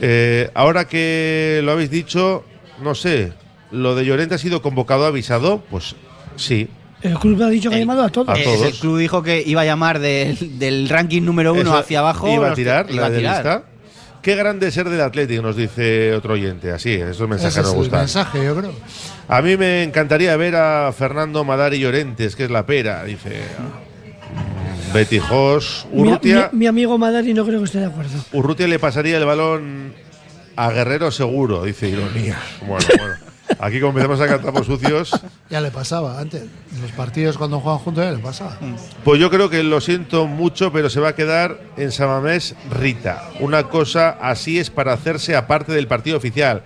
[SPEAKER 1] Eh, ahora que lo habéis dicho, no sé, lo de Llorente ha sido convocado avisado, pues sí,
[SPEAKER 4] El club ha dicho que ha llamado a todos.
[SPEAKER 1] a
[SPEAKER 3] Eh,
[SPEAKER 1] todos.
[SPEAKER 3] El club dijo que iba a llamar del, del ranking número uno
[SPEAKER 1] Eso
[SPEAKER 3] hacia abajo.
[SPEAKER 1] Iba a
[SPEAKER 3] los que-
[SPEAKER 1] tirar
[SPEAKER 3] iba
[SPEAKER 1] la
[SPEAKER 3] a
[SPEAKER 1] de
[SPEAKER 3] tirar.
[SPEAKER 1] lista. Qué grande ser del Atlético, nos dice otro oyente. Así, esos mensajes
[SPEAKER 2] Ese es
[SPEAKER 1] nos
[SPEAKER 2] el
[SPEAKER 1] gustan.
[SPEAKER 2] mensaje, yo creo.
[SPEAKER 1] A mí me encantaría ver a Fernando Madari Llorentes, que es la pera, dice. mm, Betty Jos.
[SPEAKER 4] Mi,
[SPEAKER 1] Urrutia,
[SPEAKER 4] mi- mi amigo Madari no creo que esté de acuerdo.
[SPEAKER 1] Urrutia le pasaría el balón a Guerrero seguro, dice Ironía. Bueno, bueno. Aquí como empezamos a sacar trapos sucios,
[SPEAKER 2] Ya le pasaba antes. En los partidos cuando juegan juntos ya le pasaba.
[SPEAKER 1] pues yo creo que lo siento mucho, pero se va a quedar en Samamés Rita. Una cosa así es para hacerse aparte del partido oficial.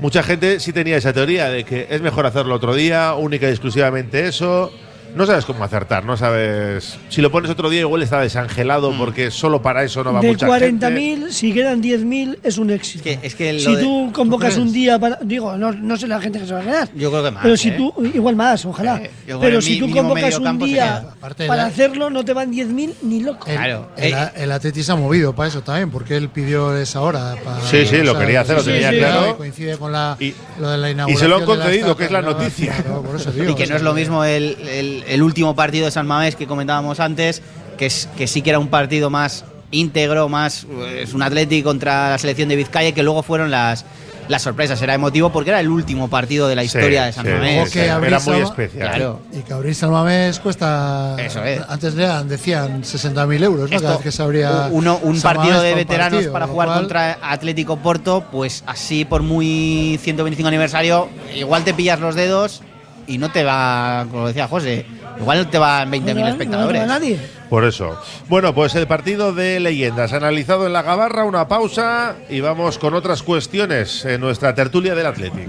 [SPEAKER 1] Mucha gente sí tenía esa teoría de que es mejor hacerlo otro día, única y exclusivamente eso. No sabes cómo acertar, no sabes. Si lo pones otro día, igual está desangelado porque solo para eso no va
[SPEAKER 4] De
[SPEAKER 1] mucha
[SPEAKER 4] 40.000, si quedan 10.000, es un éxito.
[SPEAKER 3] Es que- es que lo
[SPEAKER 4] si
[SPEAKER 3] de-
[SPEAKER 4] tú convocas
[SPEAKER 2] crees?
[SPEAKER 4] un día para. Digo, no, no sé la gente que se va a quedar.
[SPEAKER 3] Yo creo que más,
[SPEAKER 4] Pero si
[SPEAKER 3] ¿eh?
[SPEAKER 4] tú. Igual más, ojalá.
[SPEAKER 3] Eh, yo creo
[SPEAKER 4] pero
[SPEAKER 3] que
[SPEAKER 4] si
[SPEAKER 3] mi-
[SPEAKER 4] tú
[SPEAKER 3] mínimo
[SPEAKER 4] convocas
[SPEAKER 3] medio
[SPEAKER 4] un
[SPEAKER 3] campo se
[SPEAKER 4] día
[SPEAKER 3] queda.
[SPEAKER 2] Aparte de
[SPEAKER 4] para
[SPEAKER 2] la-
[SPEAKER 4] hacerlo, no te van 10.000 ni loco.
[SPEAKER 2] El,
[SPEAKER 3] Claro.
[SPEAKER 2] El,
[SPEAKER 3] Eh.
[SPEAKER 2] el Atleti se ha movido para eso también, porque él pidió esa hora. para-
[SPEAKER 1] Sí, sí, lo quería hacer,
[SPEAKER 4] lo tenía claro.
[SPEAKER 2] y Coincide con la,
[SPEAKER 1] Y-
[SPEAKER 2] lo de la
[SPEAKER 1] y
[SPEAKER 2] inauguración.
[SPEAKER 1] se lo han
[SPEAKER 2] de la
[SPEAKER 1] concedido,
[SPEAKER 2] estatua,
[SPEAKER 1] que es la
[SPEAKER 2] ¿no?
[SPEAKER 1] noticia.
[SPEAKER 2] Claro, por eso digo,
[SPEAKER 3] Y que
[SPEAKER 2] o
[SPEAKER 3] no
[SPEAKER 2] sea,
[SPEAKER 3] es lo mismo el, el- el último partido de San Mamés que comentábamos antes, que, es, que sí que era un partido más íntegro, más es un Atleti contra la selección de Vizcaya, que luego fueron las, las sorpresas. Era emotivo porque era el último partido de la historia de San
[SPEAKER 2] Ojo
[SPEAKER 3] Mamés.
[SPEAKER 2] que
[SPEAKER 1] Era
[SPEAKER 2] Abrisa-
[SPEAKER 1] muy especial.
[SPEAKER 3] Claro.
[SPEAKER 2] Y que abrir San Mamés cuesta.
[SPEAKER 3] Eso es.
[SPEAKER 2] Antes eran, decían 60.000 euros, ¿no?
[SPEAKER 3] Esto,
[SPEAKER 2] Cada vez que se abría
[SPEAKER 3] u- uno- un
[SPEAKER 2] San
[SPEAKER 3] partido
[SPEAKER 2] Mamés
[SPEAKER 3] de
[SPEAKER 2] por
[SPEAKER 3] veteranos
[SPEAKER 2] partido,
[SPEAKER 3] para
[SPEAKER 2] lo
[SPEAKER 3] jugar
[SPEAKER 2] cual-
[SPEAKER 3] contra Atlético Porto, pues así por muy 125 aniversario, igual te pillas los dedos y no te va, como decía José, igual te van 20.000
[SPEAKER 4] No te va- no te
[SPEAKER 3] espectadores.
[SPEAKER 4] va nadie.
[SPEAKER 1] Por eso. Bueno, pues el partido de leyendas analizado en la gabarra, una pausa y vamos con otras cuestiones en nuestra tertulia del Athletic.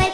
[SPEAKER 5] el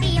[SPEAKER 5] pío.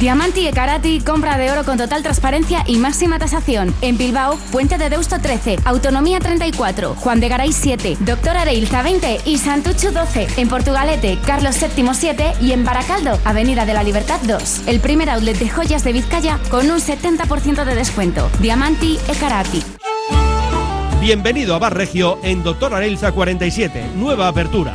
[SPEAKER 6] Diamanti e Karati, compra de oro con total transparencia y máxima tasación. En Bilbao, Puente de Deusto 13, Autonomía 34, Juan de Garay 7, Doctor Areilza 20 y Santucho 12. En Portugalete, Carlos VII 7 y en Baracaldo, Avenida de la Libertad 2. El primer outlet de joyas de Vizcaya con un 70% de descuento. Diamanti e Karati.
[SPEAKER 7] Bienvenido a Bar Regio en Doctor Arelza 47, nueva apertura.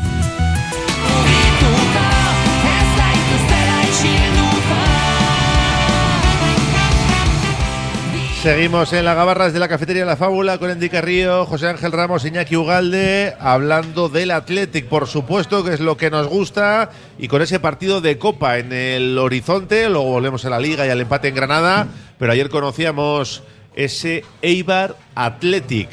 [SPEAKER 1] Seguimos en la gabarras de la cafetería La Fábula con Enrique Carrillo, José Ángel Ramos, Iñaki Ugalde, hablando del Athletic, por supuesto, que es lo que nos gusta, y con ese partido de Copa en el horizonte, luego volvemos a la Liga y al empate en Granada, pero ayer conocíamos ese Eibar Athletic.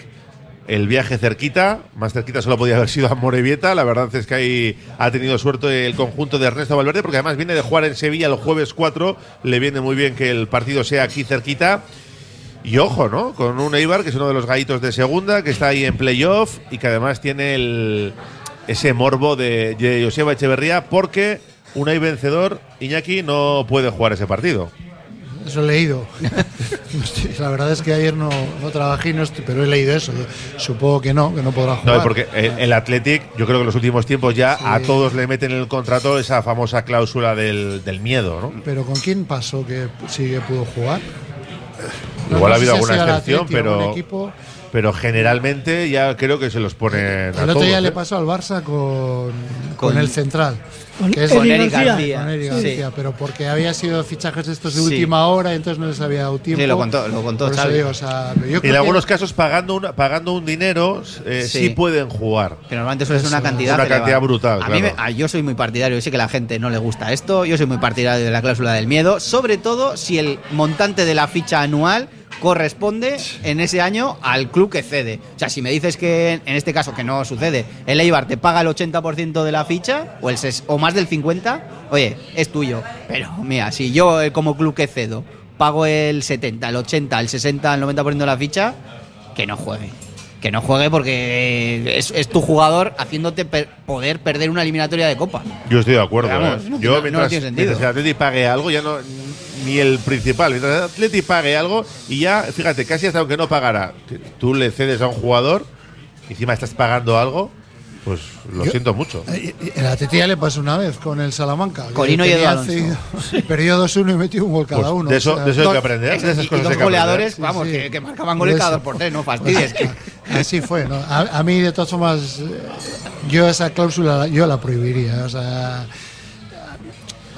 [SPEAKER 1] El viaje cerquita, más cerquita solo podía haber sido a Morevieta. La verdad es que ahí ha tenido suerte el conjunto de Ernesto Valverde, porque además viene de jugar en Sevilla el jueves 4. Le viene muy bien que el partido sea aquí cerquita. Y ojo, ¿no? Con un Eibar que es uno de los gallitos de segunda, que está ahí en playoff y que además tiene el, ese morbo de, de Joseba Echeverría porque un Eibar vencedor, Iñaki, no puede jugar ese partido.
[SPEAKER 2] Eso he leído. No estoy- La verdad es que ayer no, no trabajé, no estoy- pero he leído eso. Supongo que no, que no podrá jugar.
[SPEAKER 1] No, porque el, el Athletic, yo creo que en los últimos tiempos ya a todos le meten en el contrato esa famosa cláusula del, del miedo, ¿no?
[SPEAKER 2] Pero ¿con quién pasó que sí que pudo jugar?
[SPEAKER 1] Igual ha habido
[SPEAKER 2] sé si
[SPEAKER 1] alguna
[SPEAKER 2] sido el
[SPEAKER 1] excepción,
[SPEAKER 2] Atleti o algún
[SPEAKER 1] pero-
[SPEAKER 2] equipo.
[SPEAKER 1] Pero generalmente ya creo que se los ponen a
[SPEAKER 2] El otro
[SPEAKER 1] todos.
[SPEAKER 2] día le
[SPEAKER 1] ¿eh?
[SPEAKER 2] pasó al Barça con, con,
[SPEAKER 1] Con-
[SPEAKER 2] el central.
[SPEAKER 4] Con
[SPEAKER 2] que es-
[SPEAKER 4] Eric Con Eric García. García.
[SPEAKER 2] Con Eric
[SPEAKER 4] Sí.
[SPEAKER 2] García, pero porque había sido fichajes de estos de
[SPEAKER 1] Sí.
[SPEAKER 2] última hora, entonces no les había dado tiempo.
[SPEAKER 1] Sí, lo contó- lo contó
[SPEAKER 2] Por eso
[SPEAKER 1] Xavi.
[SPEAKER 2] digo, o sea, pero yo creo
[SPEAKER 1] en
[SPEAKER 2] que-
[SPEAKER 1] algunos casos pagando una, pagando un dinero eh, sí.
[SPEAKER 3] Sí.
[SPEAKER 1] pueden jugar.
[SPEAKER 3] Que normalmente suele ser una
[SPEAKER 1] Eso,
[SPEAKER 3] cantidad.
[SPEAKER 1] Una
[SPEAKER 3] elevada.
[SPEAKER 1] cantidad brutal,
[SPEAKER 3] A mí me-
[SPEAKER 1] claro.
[SPEAKER 3] a- yo soy muy partidario, yo sé que a la gente no le gusta esto, yo soy muy partidario de la cláusula del miedo, sobre todo si el montante de la ficha anual corresponde en ese año al club que cede. O sea, si me dices que en este caso que no sucede, el Eibar te paga el 80% de la ficha o el ses- o más del 50, oye, es tuyo. Pero mira, si yo eh, como club que cedo pago el 70, el 80, el 60, el 90% de la ficha, que no juegue. Que no juegue porque es, es tu jugador haciéndote per- poder perder una eliminatoria de copa.
[SPEAKER 1] Yo estoy de acuerdo.
[SPEAKER 3] Pero vamos,
[SPEAKER 1] ¿eh?
[SPEAKER 3] no-
[SPEAKER 1] Yo
[SPEAKER 3] no- no
[SPEAKER 1] mientras,
[SPEAKER 3] tiene sentido.
[SPEAKER 1] mientras el Atleti pague algo, ya no ni el principal, mientras el Atleti pague algo y ya, fíjate, casi hasta aunque no pagara, t- tú le cedes a un jugador y encima estás pagando algo, pues lo
[SPEAKER 2] Yo-
[SPEAKER 1] siento mucho.
[SPEAKER 2] El Atleti ya le pasó una vez con el Salamanca. que
[SPEAKER 1] Corino y
[SPEAKER 2] tenía
[SPEAKER 1] Edu Alonso.
[SPEAKER 2] cedido- Perdió 2-1 y metió un gol cada
[SPEAKER 1] Pues
[SPEAKER 2] uno.
[SPEAKER 1] de eso-
[SPEAKER 2] o sea,
[SPEAKER 1] de eso hay que Dos- aprender, de esas
[SPEAKER 3] y- y cosas dos hay que goleadores, aprender. vamos, que- que marcaban goles
[SPEAKER 2] Por
[SPEAKER 3] cada
[SPEAKER 2] eso.
[SPEAKER 3] dos por tres, no fastidies.
[SPEAKER 2] Así fue. ¿no? A, a mí, de todas formas, eh, yo esa cláusula yo la prohibiría. O sea,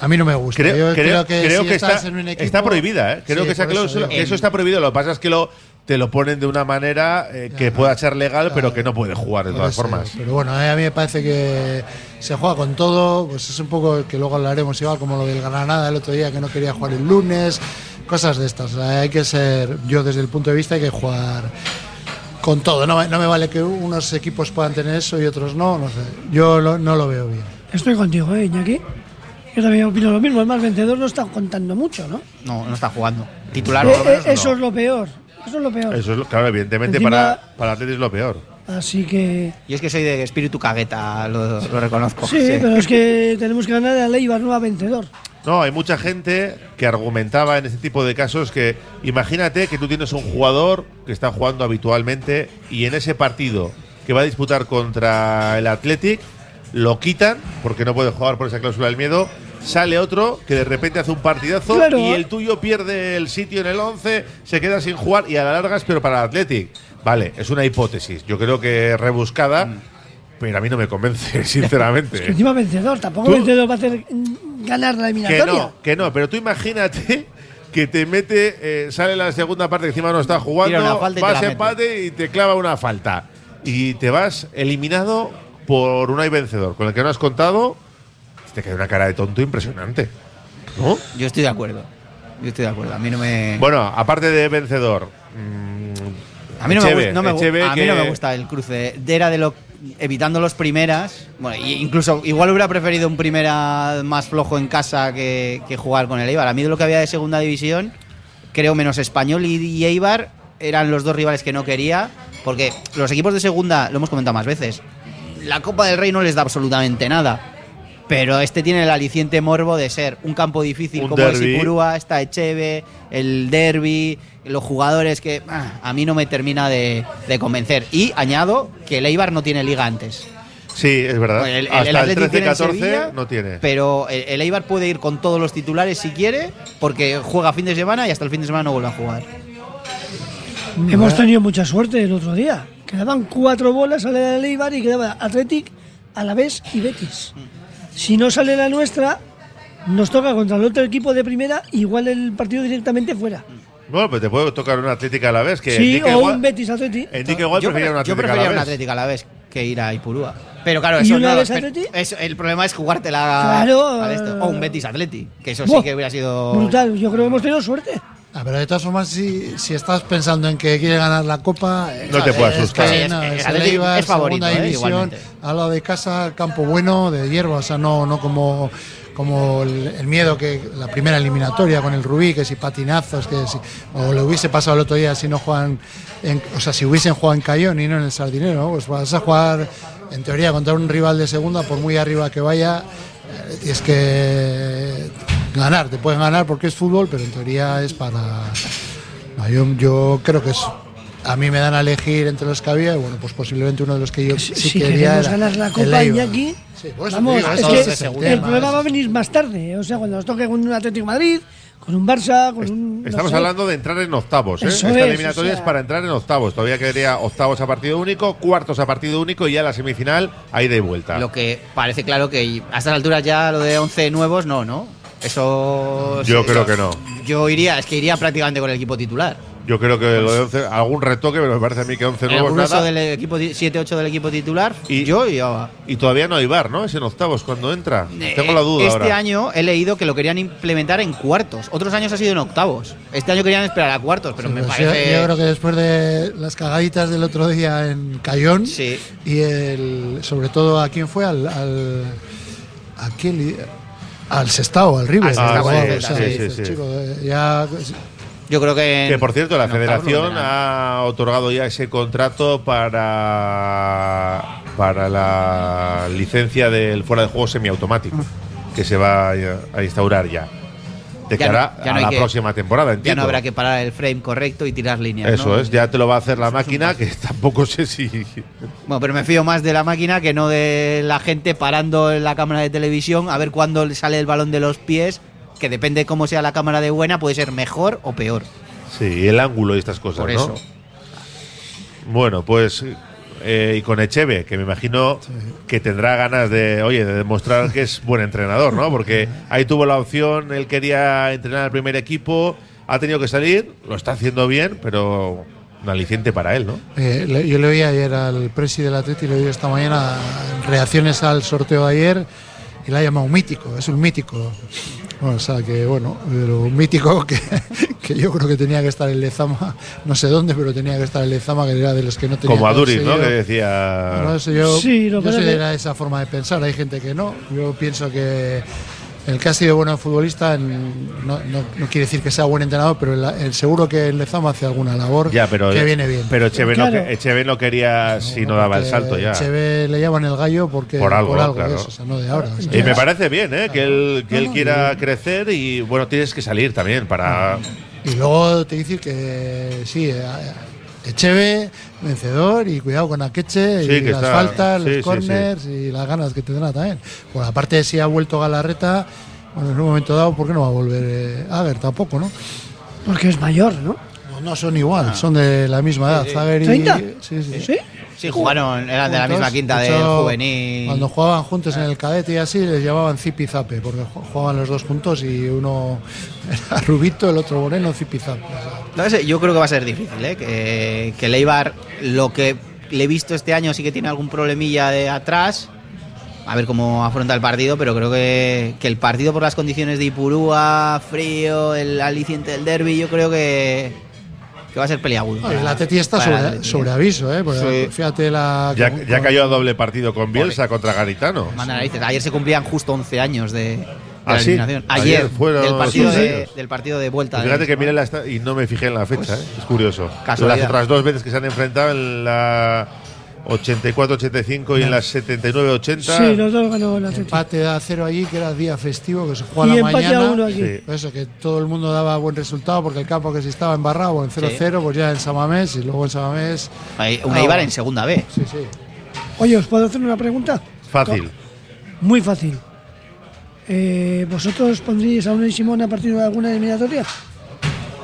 [SPEAKER 2] a mí no me gusta.
[SPEAKER 1] Creo,
[SPEAKER 2] Yo
[SPEAKER 1] creo- creo
[SPEAKER 2] si
[SPEAKER 1] que
[SPEAKER 2] estás
[SPEAKER 1] está,
[SPEAKER 2] en un equipo-
[SPEAKER 1] está prohibida, ¿eh? creo
[SPEAKER 2] Sí,
[SPEAKER 1] que esa
[SPEAKER 2] por eso
[SPEAKER 1] cláusula,
[SPEAKER 2] digo.
[SPEAKER 1] que eso está prohibido, lo que pasa es que lo, te lo ponen de una manera eh, que pueda ser legal, pero que no puede jugar de
[SPEAKER 2] Puede
[SPEAKER 1] todas
[SPEAKER 2] ser,
[SPEAKER 1] formas.
[SPEAKER 2] Pero bueno, eh, a mí me parece que se juega con todo, pues es un poco que luego hablaremos igual como lo del Granada el otro día que no quería jugar el lunes, cosas de estas. O sea, hay que ser, yo desde el punto de vista hay que jugar con todo. No, me- no me vale que unos equipos puedan tener eso y otros no, no sé. Yo lo- no lo veo bien.
[SPEAKER 4] Estoy contigo, ¿eh, Iñaki? Yo también opino lo mismo. El más vencedor no está contando mucho, ¿no?
[SPEAKER 3] No, no está jugando. Titular,
[SPEAKER 4] Eh,
[SPEAKER 3] por lo menos,
[SPEAKER 4] eh, eso
[SPEAKER 3] no.
[SPEAKER 4] es lo peor. Eso es lo peor.
[SPEAKER 1] Eso es, lo- claro, evidentemente
[SPEAKER 4] Encima-
[SPEAKER 1] para, para el Atleti es lo peor.
[SPEAKER 4] Así que.
[SPEAKER 3] Yo es que soy de espíritu cagueta, lo, lo reconozco.
[SPEAKER 1] Pues
[SPEAKER 4] Sí, pero es que tenemos que ganar al Eibar, no a vencedor.
[SPEAKER 1] No, hay mucha gente que argumentaba en este tipo de casos que imagínate que tú tienes un jugador que está jugando habitualmente y en ese partido que va a disputar contra el Athletic lo quitan porque no puede jugar por esa cláusula del miedo, sale otro que de repente hace un partidazo
[SPEAKER 4] Claro.
[SPEAKER 1] y el tuyo pierde el sitio en el 11, se queda sin jugar y a la larga es pero para el Athletic. Vale, es una hipótesis, yo creo que rebuscada, pero a mí no me convence, sinceramente.
[SPEAKER 4] Mm. Que encima vencedor, tampoco
[SPEAKER 1] Tú-
[SPEAKER 4] vencedor va a hacer mm, ganar la
[SPEAKER 1] Que
[SPEAKER 4] eliminatoria.
[SPEAKER 1] no, que no, pero tú imagínate que te mete, eh, sale la segunda parte que encima no está jugando,
[SPEAKER 3] Tira una falta y te
[SPEAKER 1] vas
[SPEAKER 3] la mete.
[SPEAKER 1] empate y te clava una falta. Y te vas eliminado por un hay vencedor, con el que no has contado, te queda una cara de tonto impresionante. ¿No?
[SPEAKER 3] Yo estoy de acuerdo. Yo estoy de acuerdo. A mí no me.
[SPEAKER 1] Bueno, aparte de vencedor. mm,
[SPEAKER 3] A mí no, me,
[SPEAKER 1] Echeve,
[SPEAKER 3] gus- no me gu-
[SPEAKER 1] Echeve
[SPEAKER 3] a mí
[SPEAKER 1] que-
[SPEAKER 3] no me gusta el cruce. De Era de lo evitando los primeras. Bueno, y- incluso igual hubiera preferido un primera más flojo en casa que, que jugar con el Eibar. A mí de lo que había de segunda división, creo menos español y, y Eibar eran los dos rivales que no quería. Porque los equipos de segunda, lo hemos comentado más veces, la Copa del Rey no les da absolutamente nada. Pero este tiene el aliciente morbo de ser un campo difícil
[SPEAKER 1] Un
[SPEAKER 3] como es
[SPEAKER 1] derbi.
[SPEAKER 3] Ipurúa, está Echeve, el derby, los jugadores que ah, a mí no me termina de, de convencer. Y añado que el Eibar no tiene liga antes.
[SPEAKER 1] Sí, es verdad.
[SPEAKER 3] Pues El- el- el
[SPEAKER 1] Ah, Hasta el,
[SPEAKER 3] Athletic tiene en
[SPEAKER 1] 13-14
[SPEAKER 3] Sevilla,
[SPEAKER 1] no tiene.
[SPEAKER 3] Pero el, el Eibar puede ir con todos los titulares si quiere, porque juega fin de semana y hasta el fin de semana no vuelve a jugar.
[SPEAKER 1] Mm.
[SPEAKER 4] Hemos tenido mucha suerte el otro día. Quedaban cuatro bolas a la del Eibar y quedaba Athletic, Alavés y Betis. Si no sale la nuestra, nos toca contra el otro equipo de primera, igual el partido directamente fuera.
[SPEAKER 1] Bueno, pues te puedo tocar una atlética a la vez. Que
[SPEAKER 4] sí,
[SPEAKER 1] Enrique
[SPEAKER 4] o
[SPEAKER 1] igual-
[SPEAKER 4] un Betis Atleti.
[SPEAKER 1] Enrique igual
[SPEAKER 3] yo,
[SPEAKER 1] prefería
[SPEAKER 3] pre-
[SPEAKER 1] una atlética
[SPEAKER 3] yo
[SPEAKER 1] a
[SPEAKER 3] prefería
[SPEAKER 1] la
[SPEAKER 3] un
[SPEAKER 1] vez.
[SPEAKER 3] Atlético a la vez que ir a Ipurúa. Pero claro,
[SPEAKER 4] ¿Y
[SPEAKER 3] eso
[SPEAKER 4] una
[SPEAKER 3] no,
[SPEAKER 4] vez
[SPEAKER 3] pero-
[SPEAKER 4] Atleti?
[SPEAKER 3] eso- el problema es jugártela
[SPEAKER 4] Claro,
[SPEAKER 3] al esto. O un
[SPEAKER 4] eh,
[SPEAKER 3] Betis Atleti, que eso
[SPEAKER 4] Buah,
[SPEAKER 3] sí que hubiera sido
[SPEAKER 4] Brutal, yo creo que hemos tenido suerte.
[SPEAKER 2] Ah, pero de todas formas, si, si estás pensando en que quiere ganar la Copa, eh,
[SPEAKER 1] No te puede
[SPEAKER 2] es
[SPEAKER 1] asustar.
[SPEAKER 2] que
[SPEAKER 3] Sí, es-
[SPEAKER 2] no, es
[SPEAKER 3] es- el
[SPEAKER 2] el
[SPEAKER 3] Atleti
[SPEAKER 2] Eibar,
[SPEAKER 3] es favorito,
[SPEAKER 2] segunda
[SPEAKER 3] eh,
[SPEAKER 2] división,
[SPEAKER 3] igualmente.
[SPEAKER 2] a lo de casa, campo bueno, de hierba, o sea, no, no como, como el, el miedo que la primera eliminatoria con el Rubí, que si patinazos, que si, o le hubiese pasado el otro día si no juegan, en- o sea, si hubiesen jugado en Cayón y no en el Sardinero, pues vas a jugar, en teoría, contra un rival de segunda, por muy arriba que vaya, eh, tienes que ganar, te pueden ganar porque es fútbol, pero en teoría es para... No, yo, yo creo que es. A mí me dan a elegir entre los que había, y bueno, pues posiblemente uno de los que yo Pues sí
[SPEAKER 4] si
[SPEAKER 2] quería
[SPEAKER 4] queremos
[SPEAKER 2] era
[SPEAKER 4] ganar la
[SPEAKER 2] el
[SPEAKER 4] Copa
[SPEAKER 2] Eibar.
[SPEAKER 4] Iñaki,
[SPEAKER 2] Sí, por eso te
[SPEAKER 4] vamos,
[SPEAKER 2] digo,
[SPEAKER 4] es
[SPEAKER 2] eso
[SPEAKER 4] que
[SPEAKER 2] es
[SPEAKER 4] el,
[SPEAKER 2] el tema,
[SPEAKER 4] problema
[SPEAKER 2] es-
[SPEAKER 4] va a venir más tarde. ¿eh? O sea, cuando nos toque con un Atlético de Madrid, con un Barça, con un. Mm, no
[SPEAKER 1] Estamos
[SPEAKER 4] sé.
[SPEAKER 1] hablando de entrar en octavos. ¿eh?
[SPEAKER 4] Eso
[SPEAKER 1] Esta
[SPEAKER 4] es,
[SPEAKER 1] eliminatoria
[SPEAKER 4] o sea-
[SPEAKER 1] es para entrar en octavos. Todavía quedaría octavos a partido único, cuartos a partido único y ya la semifinal a ida y vuelta.
[SPEAKER 3] lo que parece claro que a estas alturas ya lo de 11 nuevos no, ¿no? Eso
[SPEAKER 1] Yo
[SPEAKER 3] sí,
[SPEAKER 1] creo
[SPEAKER 3] eso-
[SPEAKER 1] que no.
[SPEAKER 3] Yo iría, es que iría prácticamente con el equipo titular.
[SPEAKER 1] Yo creo que lo de
[SPEAKER 3] Pues-
[SPEAKER 1] 11 algún retoque, pero me parece a mí que 11
[SPEAKER 3] El
[SPEAKER 1] nuevos
[SPEAKER 3] grueso
[SPEAKER 1] nada.
[SPEAKER 3] del equipo 7-8 del equipo titular
[SPEAKER 1] Y-
[SPEAKER 3] yo iba.
[SPEAKER 1] Y todavía no hay bar, ¿no? Es en octavos cuando entra. Tengo la duda
[SPEAKER 3] Este
[SPEAKER 1] ahora.
[SPEAKER 3] año he leído que lo querían implementar en cuartos. Otros años ha sido en octavos. Este año querían esperar a cuartos, pero
[SPEAKER 2] Sí,
[SPEAKER 3] me
[SPEAKER 2] pues yo-
[SPEAKER 3] parece.
[SPEAKER 2] yo, creo que después de las cagaditas del otro día en Cayón
[SPEAKER 3] Sí.
[SPEAKER 2] y el, sobre todo a quién fue al al a quién li- al Sestao, al River,
[SPEAKER 3] Sestao,
[SPEAKER 2] al jugador,
[SPEAKER 3] sí,
[SPEAKER 2] o sea,
[SPEAKER 3] sí, sí,
[SPEAKER 2] dices,
[SPEAKER 1] sí.
[SPEAKER 2] chico, eh, ya
[SPEAKER 3] Yo creo que.
[SPEAKER 1] Que por cierto, la
[SPEAKER 3] en octavos no
[SPEAKER 1] federación
[SPEAKER 3] verán.
[SPEAKER 1] ha otorgado ya ese contrato para, para la licencia del fuera de juego semiautomático que se va a instaurar ya. De
[SPEAKER 3] Ya
[SPEAKER 1] cara
[SPEAKER 3] no- ya no
[SPEAKER 1] a
[SPEAKER 3] hay
[SPEAKER 1] la
[SPEAKER 3] que-
[SPEAKER 1] próxima temporada, entiendo.
[SPEAKER 3] Ya no habrá que parar el frame correcto y tirar líneas.
[SPEAKER 1] Eso
[SPEAKER 3] ¿no?
[SPEAKER 1] es, ya te lo va a hacer la máquina, que tampoco sé si.
[SPEAKER 3] Bueno, pero me fío más de la máquina que no de la gente parando en la cámara de televisión a ver cuándo le sale el balón de los pies, que depende cómo sea la cámara de buena, puede ser mejor o peor.
[SPEAKER 1] Sí, el ángulo y estas cosas,
[SPEAKER 3] Por
[SPEAKER 1] ¿no?
[SPEAKER 3] eso.
[SPEAKER 1] Bueno, pues. eh, y con Echeve, que me imagino que tendrá ganas de, oye, de demostrar que es buen entrenador, ¿no? Porque ahí tuvo la opción, él quería entrenar al primer equipo, ha tenido que salir, lo está haciendo bien, pero un aliciente para él, ¿no?
[SPEAKER 2] Eh, le- yo le oí ayer al presi del Atleti, le oí esta mañana reacciones al sorteo de ayer y la ha llamado mítico, es un mítico. Bueno, o sea que bueno, pero un mítico que, que yo creo que tenía que estar en Lezama, no sé dónde, pero tenía que estar en Lezama, que era de los que no tenía
[SPEAKER 1] Como a
[SPEAKER 2] que
[SPEAKER 1] Duris,
[SPEAKER 2] haberse
[SPEAKER 1] ¿no?
[SPEAKER 2] ido.
[SPEAKER 1] Que decía.
[SPEAKER 2] No sé, yo,
[SPEAKER 4] Sí, lo
[SPEAKER 2] yo
[SPEAKER 4] que
[SPEAKER 2] soy
[SPEAKER 4] pasa
[SPEAKER 2] de
[SPEAKER 4] que-
[SPEAKER 2] la- esa forma de pensar. Hay gente que no. Yo pienso que el que ha sido bueno futbolista en- no, no- no quiere decir que sea buen entrenador, pero el, el seguro que en Lezama hace alguna labor
[SPEAKER 1] Ya, pero.
[SPEAKER 2] que viene bien.
[SPEAKER 1] Pero Echeve, no,
[SPEAKER 4] Claro.
[SPEAKER 1] que- Echeve no quería si no daba el salto ya.
[SPEAKER 2] Echeve le llaman el gallo porque
[SPEAKER 1] Por algo, claro.
[SPEAKER 2] eso, o sea, no de ahora. O sea,
[SPEAKER 1] Y me
[SPEAKER 2] es-
[SPEAKER 1] parece bien, ¿eh? Que él, que él quiera crecer y, bueno, tienes que salir también para…
[SPEAKER 2] y luego te dice que sí, eh, Echeve, vencedor y cuidado con Akeche
[SPEAKER 1] Sí,
[SPEAKER 2] y
[SPEAKER 1] que
[SPEAKER 2] las
[SPEAKER 1] está-
[SPEAKER 2] faltas,
[SPEAKER 1] sí, sí,
[SPEAKER 2] los corners y las ganas que tendrá también. Bueno, aparte si ha vuelto Galarreta, bueno, en un momento dado, ¿por qué no va a volver eh, Ager tampoco, no? Pues
[SPEAKER 4] Porque es mayor, ¿no?
[SPEAKER 2] No, no son igual, son de la misma edad. Ager y-
[SPEAKER 4] ¿30?
[SPEAKER 2] Sí, sí, sí.
[SPEAKER 4] Sí.
[SPEAKER 3] Sí, jugaron, eran de la
[SPEAKER 2] juntos.
[SPEAKER 3] misma quinta
[SPEAKER 2] De
[SPEAKER 3] del
[SPEAKER 2] hecho,
[SPEAKER 3] juvenil. Eh.
[SPEAKER 2] Cuando jugaban juntos en el cadete y así, les llamaban zipizape, porque ju- jugaban los dos juntos y uno era rubito, el otro moreno, zipizape.
[SPEAKER 3] No sé, yo creo que va a ser difícil, ¿eh? Que, que Leibar, lo que le he visto este año, sí que tiene algún problemilla de atrás. A ver cómo afronta el partido, pero creo que, que el partido por las condiciones de Ipurúa, frío, el aliciente del derby, yo creo que, que va a ser peliagudo.
[SPEAKER 2] el Atleti está
[SPEAKER 3] Para el
[SPEAKER 2] sobre,
[SPEAKER 3] Atleti.
[SPEAKER 2] sobre aviso, ¿eh? Porque
[SPEAKER 3] Sí.
[SPEAKER 2] fíjate la.
[SPEAKER 1] Ya,
[SPEAKER 2] con-
[SPEAKER 1] ya
[SPEAKER 2] con-
[SPEAKER 4] ¿eh?
[SPEAKER 1] cayó a doble partido con Bielsa contra Garitano. Pues
[SPEAKER 3] Manda narices. Ayer se cumplían justo 11 años de, de
[SPEAKER 1] Ah,
[SPEAKER 3] la
[SPEAKER 1] ¿sí?
[SPEAKER 3] eliminación. Ayer,
[SPEAKER 1] Ayer fueron
[SPEAKER 3] del, partido
[SPEAKER 1] sus
[SPEAKER 3] de,
[SPEAKER 1] años.
[SPEAKER 3] del partido de vuelta.
[SPEAKER 1] Pues Fíjate
[SPEAKER 3] de-
[SPEAKER 1] que
[SPEAKER 4] ¿eh?
[SPEAKER 1] mire la esta- y no me fijé en la fecha,
[SPEAKER 4] Pues,
[SPEAKER 1] ¿eh? es curioso.
[SPEAKER 3] casualidad.
[SPEAKER 1] Las otras dos veces que se han enfrentado en la 84-85 y en la 79-80.
[SPEAKER 4] Sí, los dos ganó el Atlético.
[SPEAKER 2] Empate a cero allí, que era día festivo, que se jugaba
[SPEAKER 4] Y
[SPEAKER 2] la
[SPEAKER 4] empate a
[SPEAKER 2] mañana.
[SPEAKER 4] uno allí.
[SPEAKER 1] Sí.
[SPEAKER 2] Por Eso, que todo el mundo daba buen resultado, porque el campo que se estaba embarrado en 0-0, pues ya en Samamés, y luego en Samamés.
[SPEAKER 3] Ahí, Un
[SPEAKER 2] Ah,
[SPEAKER 3] Eibar
[SPEAKER 2] bueno.
[SPEAKER 3] en segunda B.
[SPEAKER 2] Sí, sí.
[SPEAKER 4] Oye, ¿os puedo hacer una pregunta?
[SPEAKER 1] Fácil.
[SPEAKER 4] Muy fácil. Eh, ¿Vosotros pondríais a Unai Simón a partir de alguna eliminatoria?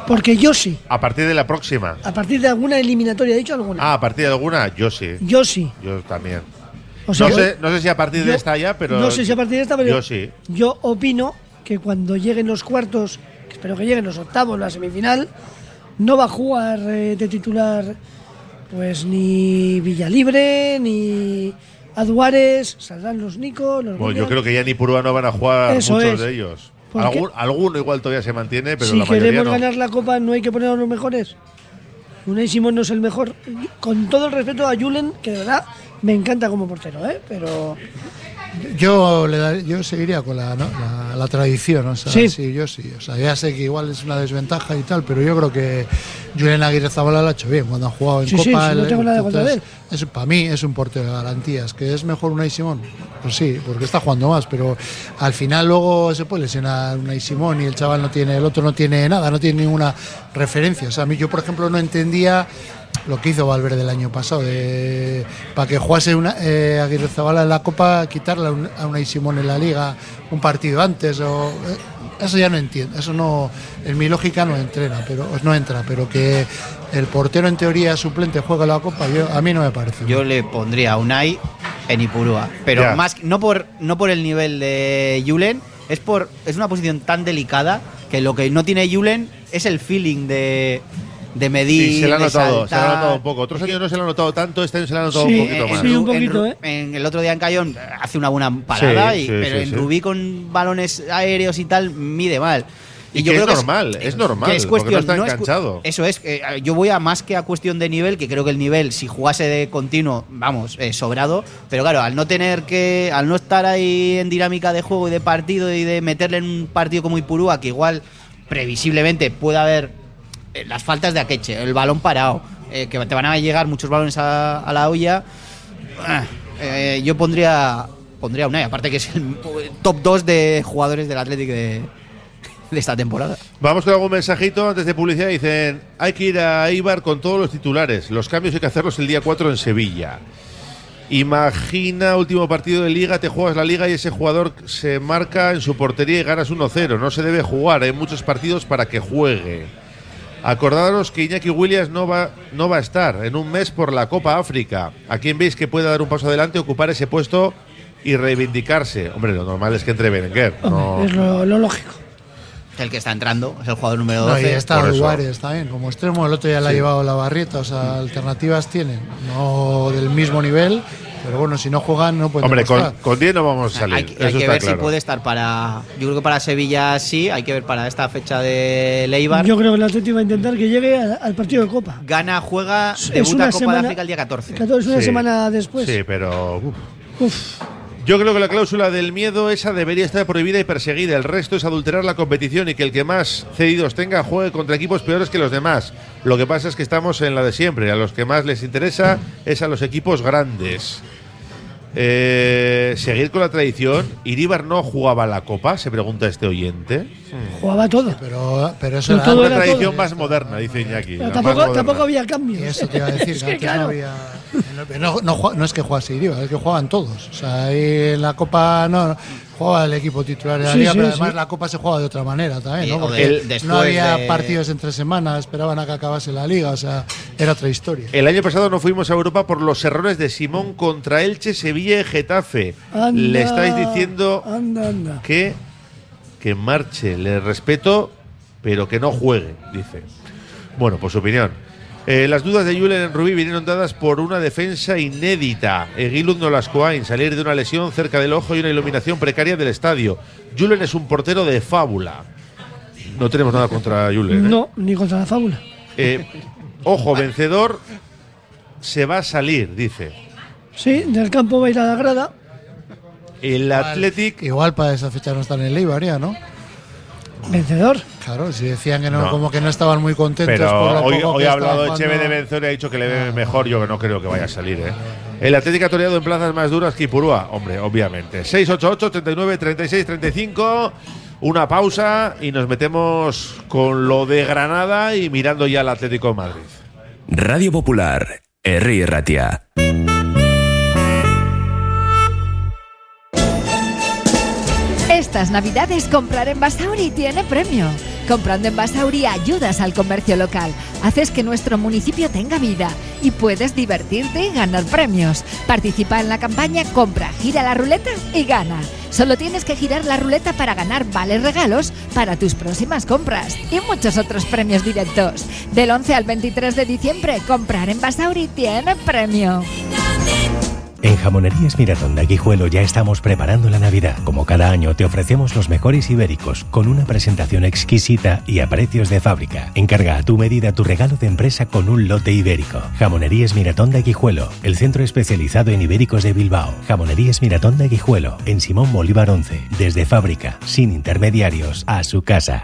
[SPEAKER 4] Porque yo sí.
[SPEAKER 1] A partir de la próxima.
[SPEAKER 4] A partir de alguna eliminatoria, he dicho alguna.
[SPEAKER 1] Ah, a partir de alguna, yo sí.
[SPEAKER 4] Yo sí.
[SPEAKER 1] Yo también.
[SPEAKER 4] O sea,
[SPEAKER 1] no,
[SPEAKER 4] yo-
[SPEAKER 1] sé, no sé si a partir de
[SPEAKER 4] yo-
[SPEAKER 1] esta ya, pero.
[SPEAKER 4] No sé si a partir de esta, pero.
[SPEAKER 1] Yo sí.
[SPEAKER 4] yo opino que cuando lleguen los cuartos, que espero que lleguen los octavos, la semifinal, no va a jugar eh, de titular pues ni Villalibre, ni Aduares, saldrán los Nico, los
[SPEAKER 1] Bueno, yo
[SPEAKER 4] Goña.
[SPEAKER 1] creo que ya ni Purúa no van a jugar
[SPEAKER 4] Eso
[SPEAKER 1] muchos
[SPEAKER 4] es.
[SPEAKER 1] de ellos.
[SPEAKER 4] Porque-
[SPEAKER 1] Algún- alguno igual todavía se mantiene, pero
[SPEAKER 4] si
[SPEAKER 1] la mayoría
[SPEAKER 4] queremos
[SPEAKER 1] no.
[SPEAKER 4] ganar la copa, no hay que poner a los mejores. Unai Simón no es el mejor. Con todo el respeto a Julen, que de verdad me encanta como portero, ¿eh? pero
[SPEAKER 2] Yo, le da- yo seguiría con la, ¿no? la, la tradición, o sea,
[SPEAKER 4] Sí.
[SPEAKER 2] sí. yo sí. O sea, ya sé que igual es una desventaja y tal, pero yo creo que Julián Aguirre Zabala lo ha hecho bien cuando ha jugado en
[SPEAKER 4] Sí,
[SPEAKER 2] Copa.
[SPEAKER 4] sí, sí, no
[SPEAKER 2] él-
[SPEAKER 4] tengo nada contra
[SPEAKER 2] entonces, es- para mí es un portero de garantías, que es mejor Unai Simón. Pues sí, porque está jugando más, pero al final luego se puede lesionar Unai Simón y el chaval no tiene, el otro no tiene nada, no tiene ninguna referencia. O sea, a mí yo, por ejemplo, no entendía lo que hizo Valverde el año pasado, de, para que jugase una, eh, Aguirre Zabala en la Copa, quitarle a un- a Unai Simón en la Liga un partido antes. O, eh, eso ya no entiendo, eso no, en mi lógica no entrena, pero no entra, pero que el portero en teoría suplente juega la Copa, yo, a mí no me parece.
[SPEAKER 3] Yo le pondría a Unai en Ipurúa. Pero
[SPEAKER 2] Ya.
[SPEAKER 3] más no por, no por el nivel de Julen, es por. Es una posición tan delicada que lo que no tiene Julen es el feeling de. De medir.
[SPEAKER 1] Sí, se le ha
[SPEAKER 3] de
[SPEAKER 1] notado, se le ha
[SPEAKER 3] saltar.
[SPEAKER 1] notado un poco. Otros años no se le ha notado tanto, este año se le ha notado
[SPEAKER 3] Eh,
[SPEAKER 1] un poquito ¿eh?
[SPEAKER 3] en
[SPEAKER 1] más.
[SPEAKER 3] Ru- en Ru- en el otro día en Cayón eh, hace una buena parada,
[SPEAKER 1] Sí,
[SPEAKER 3] y-
[SPEAKER 1] sí,
[SPEAKER 3] pero
[SPEAKER 1] sí,
[SPEAKER 3] en
[SPEAKER 1] sí.
[SPEAKER 3] Rubí con balones aéreos y tal mide mal.
[SPEAKER 1] Y que es normal, es normal,
[SPEAKER 3] que
[SPEAKER 1] porque no está enganchado.
[SPEAKER 3] Eso es, que, eh, yo voy a más que a cuestión de nivel, que creo que el nivel, si jugase de continuo, vamos, eh, sobrado, pero claro, al no tener que, al no estar ahí en dinámica de juego y de partido y de meterle en un partido como Ipurúa, que igual previsiblemente puede haber eh, las faltas de Akeche, el balón parado, eh, que te van a llegar muchos balones a, a la olla. Ah, eh, yo pondría pondría una, aparte que es el top 2 de jugadores del Athletic de, de esta temporada.
[SPEAKER 1] Vamos con algún mensajito antes de publicidad. Dicen, hay que ir a Ibar con todos los titulares. Los cambios hay que hacerlos el día 4 en Sevilla. Imagina último partido de liga, te juegas la liga y ese jugador se marca en su portería y ganas 1-0. No se debe jugar, hay muchos partidos para que juegue. Acordaros que Iñaki Williams no va, no va a estar en un mes por la Copa África. ¿A quién veis que pueda dar un paso adelante, ocupar ese puesto y reivindicarse? Hombre, lo normal es que entre Berenguer. No,
[SPEAKER 4] es lo, lo lógico.
[SPEAKER 3] El que está entrando, es el jugador número
[SPEAKER 2] No,
[SPEAKER 3] 12.
[SPEAKER 2] y está
[SPEAKER 3] Por eso.
[SPEAKER 2] Aduares también, como extremo, el otro ya la ha
[SPEAKER 3] Sí.
[SPEAKER 2] llevado la barrieta, o sea, alternativas tienen, no del mismo nivel, pero bueno, si no juegan no pueden
[SPEAKER 1] Hombre, con,
[SPEAKER 2] demostrar.
[SPEAKER 1] con 10 no vamos a salir.
[SPEAKER 3] Hay, que- hay
[SPEAKER 1] eso
[SPEAKER 3] que
[SPEAKER 1] está
[SPEAKER 3] ver
[SPEAKER 1] claro.
[SPEAKER 3] si puede estar para. Yo creo que para Sevilla sí, hay que ver para esta fecha de Leibar.
[SPEAKER 4] Yo creo que el Atlético va a intentar que llegue al, al partido de Copa.
[SPEAKER 3] Gana, juega,
[SPEAKER 4] Es
[SPEAKER 3] debuta
[SPEAKER 4] una
[SPEAKER 3] Copa
[SPEAKER 4] semana-
[SPEAKER 3] de África el día 14.
[SPEAKER 4] 14 es una
[SPEAKER 1] Sí.
[SPEAKER 4] semana después.
[SPEAKER 1] Sí, pero. uf.
[SPEAKER 4] Uf.
[SPEAKER 1] Yo creo que la cláusula del miedo, esa debería estar prohibida y perseguida. El resto es adulterar la competición y que el que más cedidos tenga juegue contra equipos peores que los demás. Lo que pasa es que estamos en la de siempre. A los que más les interesa es a los equipos grandes. Eh, seguir con la tradición. ¿Iríbar no jugaba la copa? Se pregunta este oyente.
[SPEAKER 4] Jugaba todo.
[SPEAKER 2] Pero, pero eso
[SPEAKER 4] Pero
[SPEAKER 2] era
[SPEAKER 4] todo
[SPEAKER 1] Una
[SPEAKER 2] antes.
[SPEAKER 4] era
[SPEAKER 1] tradición más moderna, dice Iñaki.
[SPEAKER 4] Pero
[SPEAKER 1] la más
[SPEAKER 4] tampoco,
[SPEAKER 1] moderna.
[SPEAKER 4] tampoco había cambios. ¿eh?
[SPEAKER 2] Eso te iba a decir,
[SPEAKER 4] Es
[SPEAKER 2] que antes
[SPEAKER 4] que claro.
[SPEAKER 2] no había. No, no jua- no es que jugase Iribar, es que jugaban todos. O sea, ahí en la Copa no jugaba el equipo titular de la
[SPEAKER 4] Sí,
[SPEAKER 2] liga,
[SPEAKER 4] sí,
[SPEAKER 2] pero además
[SPEAKER 4] sí.
[SPEAKER 2] la Copa se jugaba de otra manera también,
[SPEAKER 3] Eh,
[SPEAKER 2] ¿no?
[SPEAKER 3] o
[SPEAKER 2] Porque
[SPEAKER 3] del-
[SPEAKER 2] no
[SPEAKER 3] después
[SPEAKER 2] había
[SPEAKER 3] de-
[SPEAKER 2] partidos entre semana, esperaban a que acabase la liga, o sea, era otra historia.
[SPEAKER 1] El año pasado no fuimos a Europa por los errores de Simón contra Elche, Sevilla y Getafe.
[SPEAKER 4] Anda,
[SPEAKER 1] Le estáis diciendo
[SPEAKER 4] Anda, anda.
[SPEAKER 1] que, que marche, le respeto, pero que no juegue, dice. Bueno, pues su opinión. Eh, las dudas de Julen en Rubí vinieron dadas por una defensa inédita. Eguiluz Nolascoain, salir de una lesión cerca del ojo y una iluminación precaria del estadio. Julen es un portero de fábula. No tenemos nada contra Julen. ¿eh?
[SPEAKER 4] No, ni contra la fábula.
[SPEAKER 1] Eh, ojo, vencedor se va a salir, dice.
[SPEAKER 4] Sí, del campo va a ir a la grada.
[SPEAKER 1] El Athletic.
[SPEAKER 2] Igual para esa fecha no están en el Eibar ya, ¿no?
[SPEAKER 4] Vencedor.
[SPEAKER 2] Claro, si decían que no,
[SPEAKER 1] No.
[SPEAKER 2] como que no estaban muy contentos por
[SPEAKER 1] Pero
[SPEAKER 2] lo
[SPEAKER 1] hoy,
[SPEAKER 2] poco
[SPEAKER 1] hoy
[SPEAKER 2] que
[SPEAKER 1] ha
[SPEAKER 2] estaban
[SPEAKER 1] hablado Echeve de
[SPEAKER 2] jugando.
[SPEAKER 1] Benzón y ha dicho que le ve mejor. Yo no creo que vaya a salir, ¿eh? El Atlético ha toreado en plazas más duras que Ipurúa. Hombre, obviamente. 688, 39, 36, 35. Una pausa y nos metemos con lo de Granada y mirando ya al Atlético de Madrid.
[SPEAKER 8] Radio Popular, R. Ratia.
[SPEAKER 9] Estas navidades comprar en Basauri tiene premio. Comprando en Basauri ayudas al comercio local, haces que nuestro municipio tenga vida y puedes divertirte y ganar premios. Participa en la campaña Compra, gira la ruleta y gana. Solo tienes que girar la ruleta para ganar vales regalos para tus próximas compras y muchos otros premios directos. Del 11 al 23 de diciembre, comprar en Basauri tiene premio.
[SPEAKER 10] En Jamonerías Miratón de Guijuelo ya estamos preparando la Navidad. Como cada año te ofrecemos los mejores ibéricos con una presentación exquisita y a precios de fábrica. Encarga a tu medida tu regalo de empresa con un lote ibérico. Jamonerías Miratón de Guijuelo, el centro especializado en ibéricos de Bilbao. Jamonerías Miratón de Guijuelo, en Simón Bolívar 11, desde fábrica, sin intermediarios, a su casa.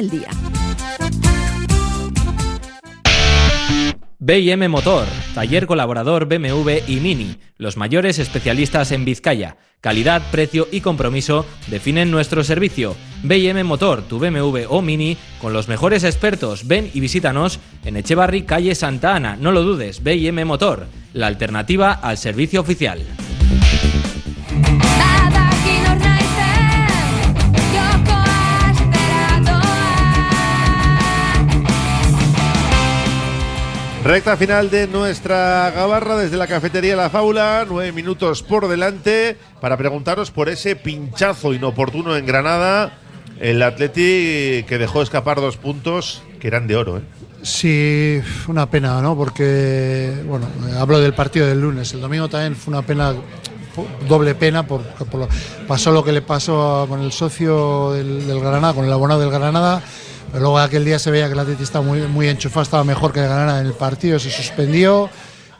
[SPEAKER 11] el día.
[SPEAKER 12] BM Motor, taller colaborador BMW y Mini, los mayores especialistas en Vizcaya. Calidad, precio y compromiso definen nuestro servicio. BM Motor, tu BMW o Mini, con los mejores expertos. Ven y visítanos en Echevarri, calle Santa Ana. No lo dudes, BM Motor, la alternativa al servicio oficial.
[SPEAKER 1] Recta final de nuestra gabarra desde la cafetería La Fábula, nueve minutos por delante para preguntaros por ese pinchazo inoportuno en Granada, el Atleti que dejó escapar dos puntos que eran de oro. ¿eh?
[SPEAKER 2] Sí, una pena, ¿no? Porque, bueno, eh, hablo del partido del lunes. El domingo también fue una pena, po- doble pena, por, por lo- pasó lo que le pasó a- con el socio del, del Granada, con el abonado del Granada. Pero luego aquel día se veía que el Atleti estaba muy, muy enchufado, estaba mejor que el Granada en el partido, se suspendió.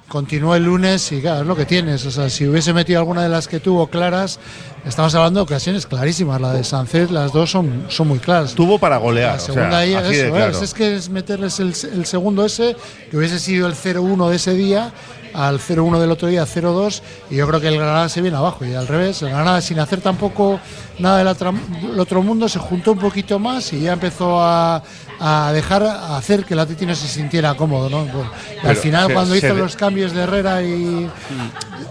[SPEAKER 2] Continuó el lunes y claro, es lo que tienes. O sea, si hubiese metido alguna de las que tuvo claras, estamos hablando de ocasiones clarísimas. La de Sánchez, las dos son, son muy claras.
[SPEAKER 1] Tuvo para golear.
[SPEAKER 2] La
[SPEAKER 1] o sea,
[SPEAKER 2] segunda ahí,
[SPEAKER 1] así de
[SPEAKER 2] eso ¿eh?
[SPEAKER 1] claro.
[SPEAKER 2] es, es que es meterles el, el segundo ese, que hubiese sido el 0-1 de ese día, al 0-1 del otro día, 0-2, y yo creo que el Granada se viene abajo, y al revés, el Granada sin hacer tampoco nada del atra- del otro mundo, se juntó un poquito más y ya empezó a, a dejar, a hacer que el Atleti no se sintiera cómodo, ¿no? Bueno, y al
[SPEAKER 1] Pero
[SPEAKER 2] final,
[SPEAKER 1] se-
[SPEAKER 2] cuando
[SPEAKER 1] se
[SPEAKER 2] hizo
[SPEAKER 1] de- Mm.
[SPEAKER 2] los cambios de Herrera y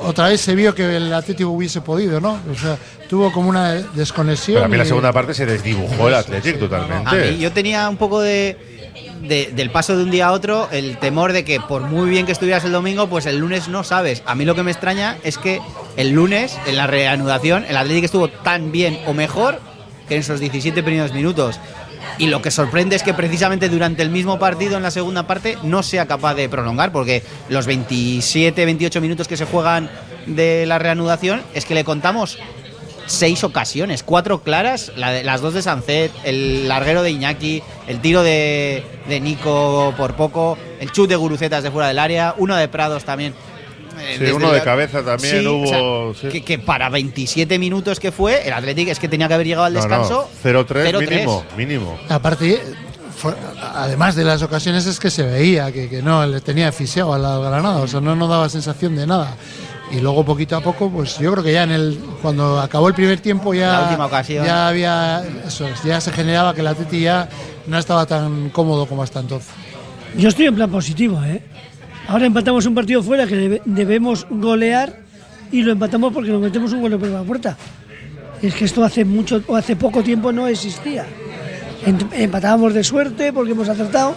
[SPEAKER 2] otra vez se vio que el Atlético hubiese podido, ¿no? O sea, tuvo como una desconexión.
[SPEAKER 1] Pero a mí la
[SPEAKER 2] y-
[SPEAKER 1] segunda parte se desdibujó el Athletic
[SPEAKER 3] A mí,
[SPEAKER 1] totalmente.
[SPEAKER 3] yo tenía un poco de, de- del paso de un día a otro el temor de que por muy bien que estuvieras el domingo, pues el lunes no sabes. A mí lo que me extraña es que el lunes, en la reanudación, el Atlético estuvo tan bien o mejor que en esos 17 primeros minutos. Y lo que sorprende es que precisamente durante el mismo partido, en la segunda parte, no sea capaz de prolongar, porque los 27, 28 minutos que se juegan de la reanudación es que le contamos seis ocasiones, cuatro claras, la de- las dos de Sancet, el larguero de Iñaki, el tiro de, de Nico por poco, el chut de Gurucetas de fuera del área, uno de Prados también. Eh,
[SPEAKER 1] Sí,
[SPEAKER 3] desde
[SPEAKER 1] uno de
[SPEAKER 3] la-
[SPEAKER 1] cabeza también
[SPEAKER 3] Sí, o sea,
[SPEAKER 1] hubo. sí.
[SPEAKER 3] que, que para 27 minutos que fue, el Athletic es que tenía que haber llegado al
[SPEAKER 1] No, no,
[SPEAKER 3] descanso.
[SPEAKER 1] 0-3
[SPEAKER 3] 0-3.
[SPEAKER 1] mínimo, mínimo.
[SPEAKER 2] Aparte, fue- además de las ocasiones es que se veía que, que no le tenía asfixiado al al Granada, o sea, no nos daba sensación de nada. Y luego poquito a poco, pues yo creo que ya en el cuando acabó el primer tiempo ya
[SPEAKER 3] La última ocasión.
[SPEAKER 2] ya había eso es, ya se generaba que el Atleti ya no estaba tan cómodo como hasta entonces.
[SPEAKER 4] Yo estoy en plan positivo, ¿eh? Ahora empatamos un partido fuera que debe- debemos golear y lo empatamos porque nos metemos un gol por la puerta. Es que esto hace mucho o hace poco tiempo no existía. Ent- Empatábamos de suerte porque hemos acertado.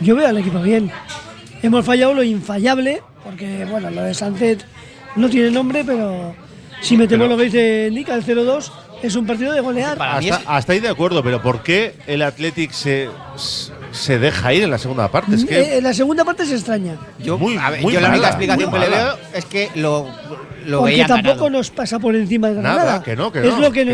[SPEAKER 4] Yo veo al equipo bien. Hemos fallado lo infallable porque, bueno, lo de Sancet no tiene nombre, pero si metemos
[SPEAKER 1] Pero-
[SPEAKER 4] lo que dice Nica, el 0-2, es un partido de golear.
[SPEAKER 1] Hasta, hasta ahí de acuerdo, pero ¿por qué el Athletic se, se deja ir en la segunda parte? Es que
[SPEAKER 4] Eh, la segunda parte es extraña.
[SPEAKER 3] Yo,
[SPEAKER 1] Muy-
[SPEAKER 3] a ver,
[SPEAKER 1] muy
[SPEAKER 3] yo la única
[SPEAKER 1] mala,
[SPEAKER 3] explicación que
[SPEAKER 1] muy
[SPEAKER 3] le
[SPEAKER 1] mala.
[SPEAKER 3] veo es que lo, lo
[SPEAKER 4] Porque
[SPEAKER 3] veían
[SPEAKER 4] tampoco
[SPEAKER 3] ganado.
[SPEAKER 4] nos pasa por encima de Granada. Es lo que no,